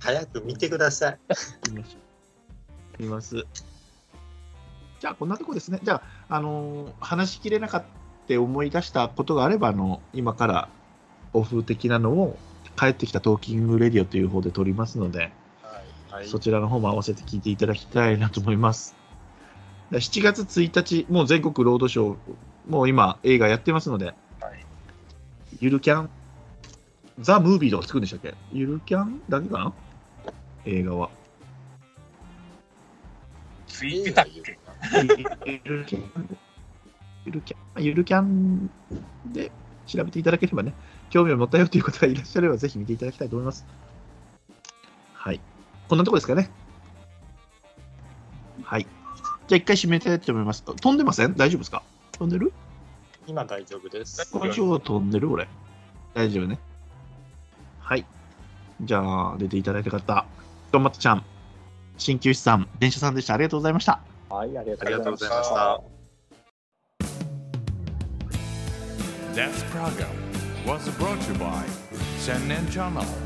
早く見てください。
います。じゃあ、こんなとこですね。じゃあ、あのー話しきれなかったって思い出したことがあれば、あの今からオフ的なのを帰ってきたトーキングレディオという方で撮りますので、
はい。はい。
そちらの方も合わせて聞いていただきたいなと思います。7月1日、もう全国ロードショー、もう今映画やってますので、ゆるキャン、ザ・ムービーとかつくんでしたっけゆるキャンだけかな映画は。
ついてたっけ
ゆるキャン、ゆるキャン、ゆるキャンで調べていただければね、興味を持ったよという方がいらっしゃれば、ぜひ見ていただきたいと思います。はい。こんなとこですかね。はい。じゃあ一回締めたいと思います。飛んでません大丈夫ですか飛んでる
今大丈夫です。
これ以上飛んでる俺。大丈夫ね。はい。じゃあ、出ていただいた方、トマトちゃん、鍼灸師さん、電車さんでした。ありがとうございました。
はい、ありが
あ
と
り
う
が
ご
と
ざいま
うござ
し
いましたた。
This program was brought to you by Sennen Channel.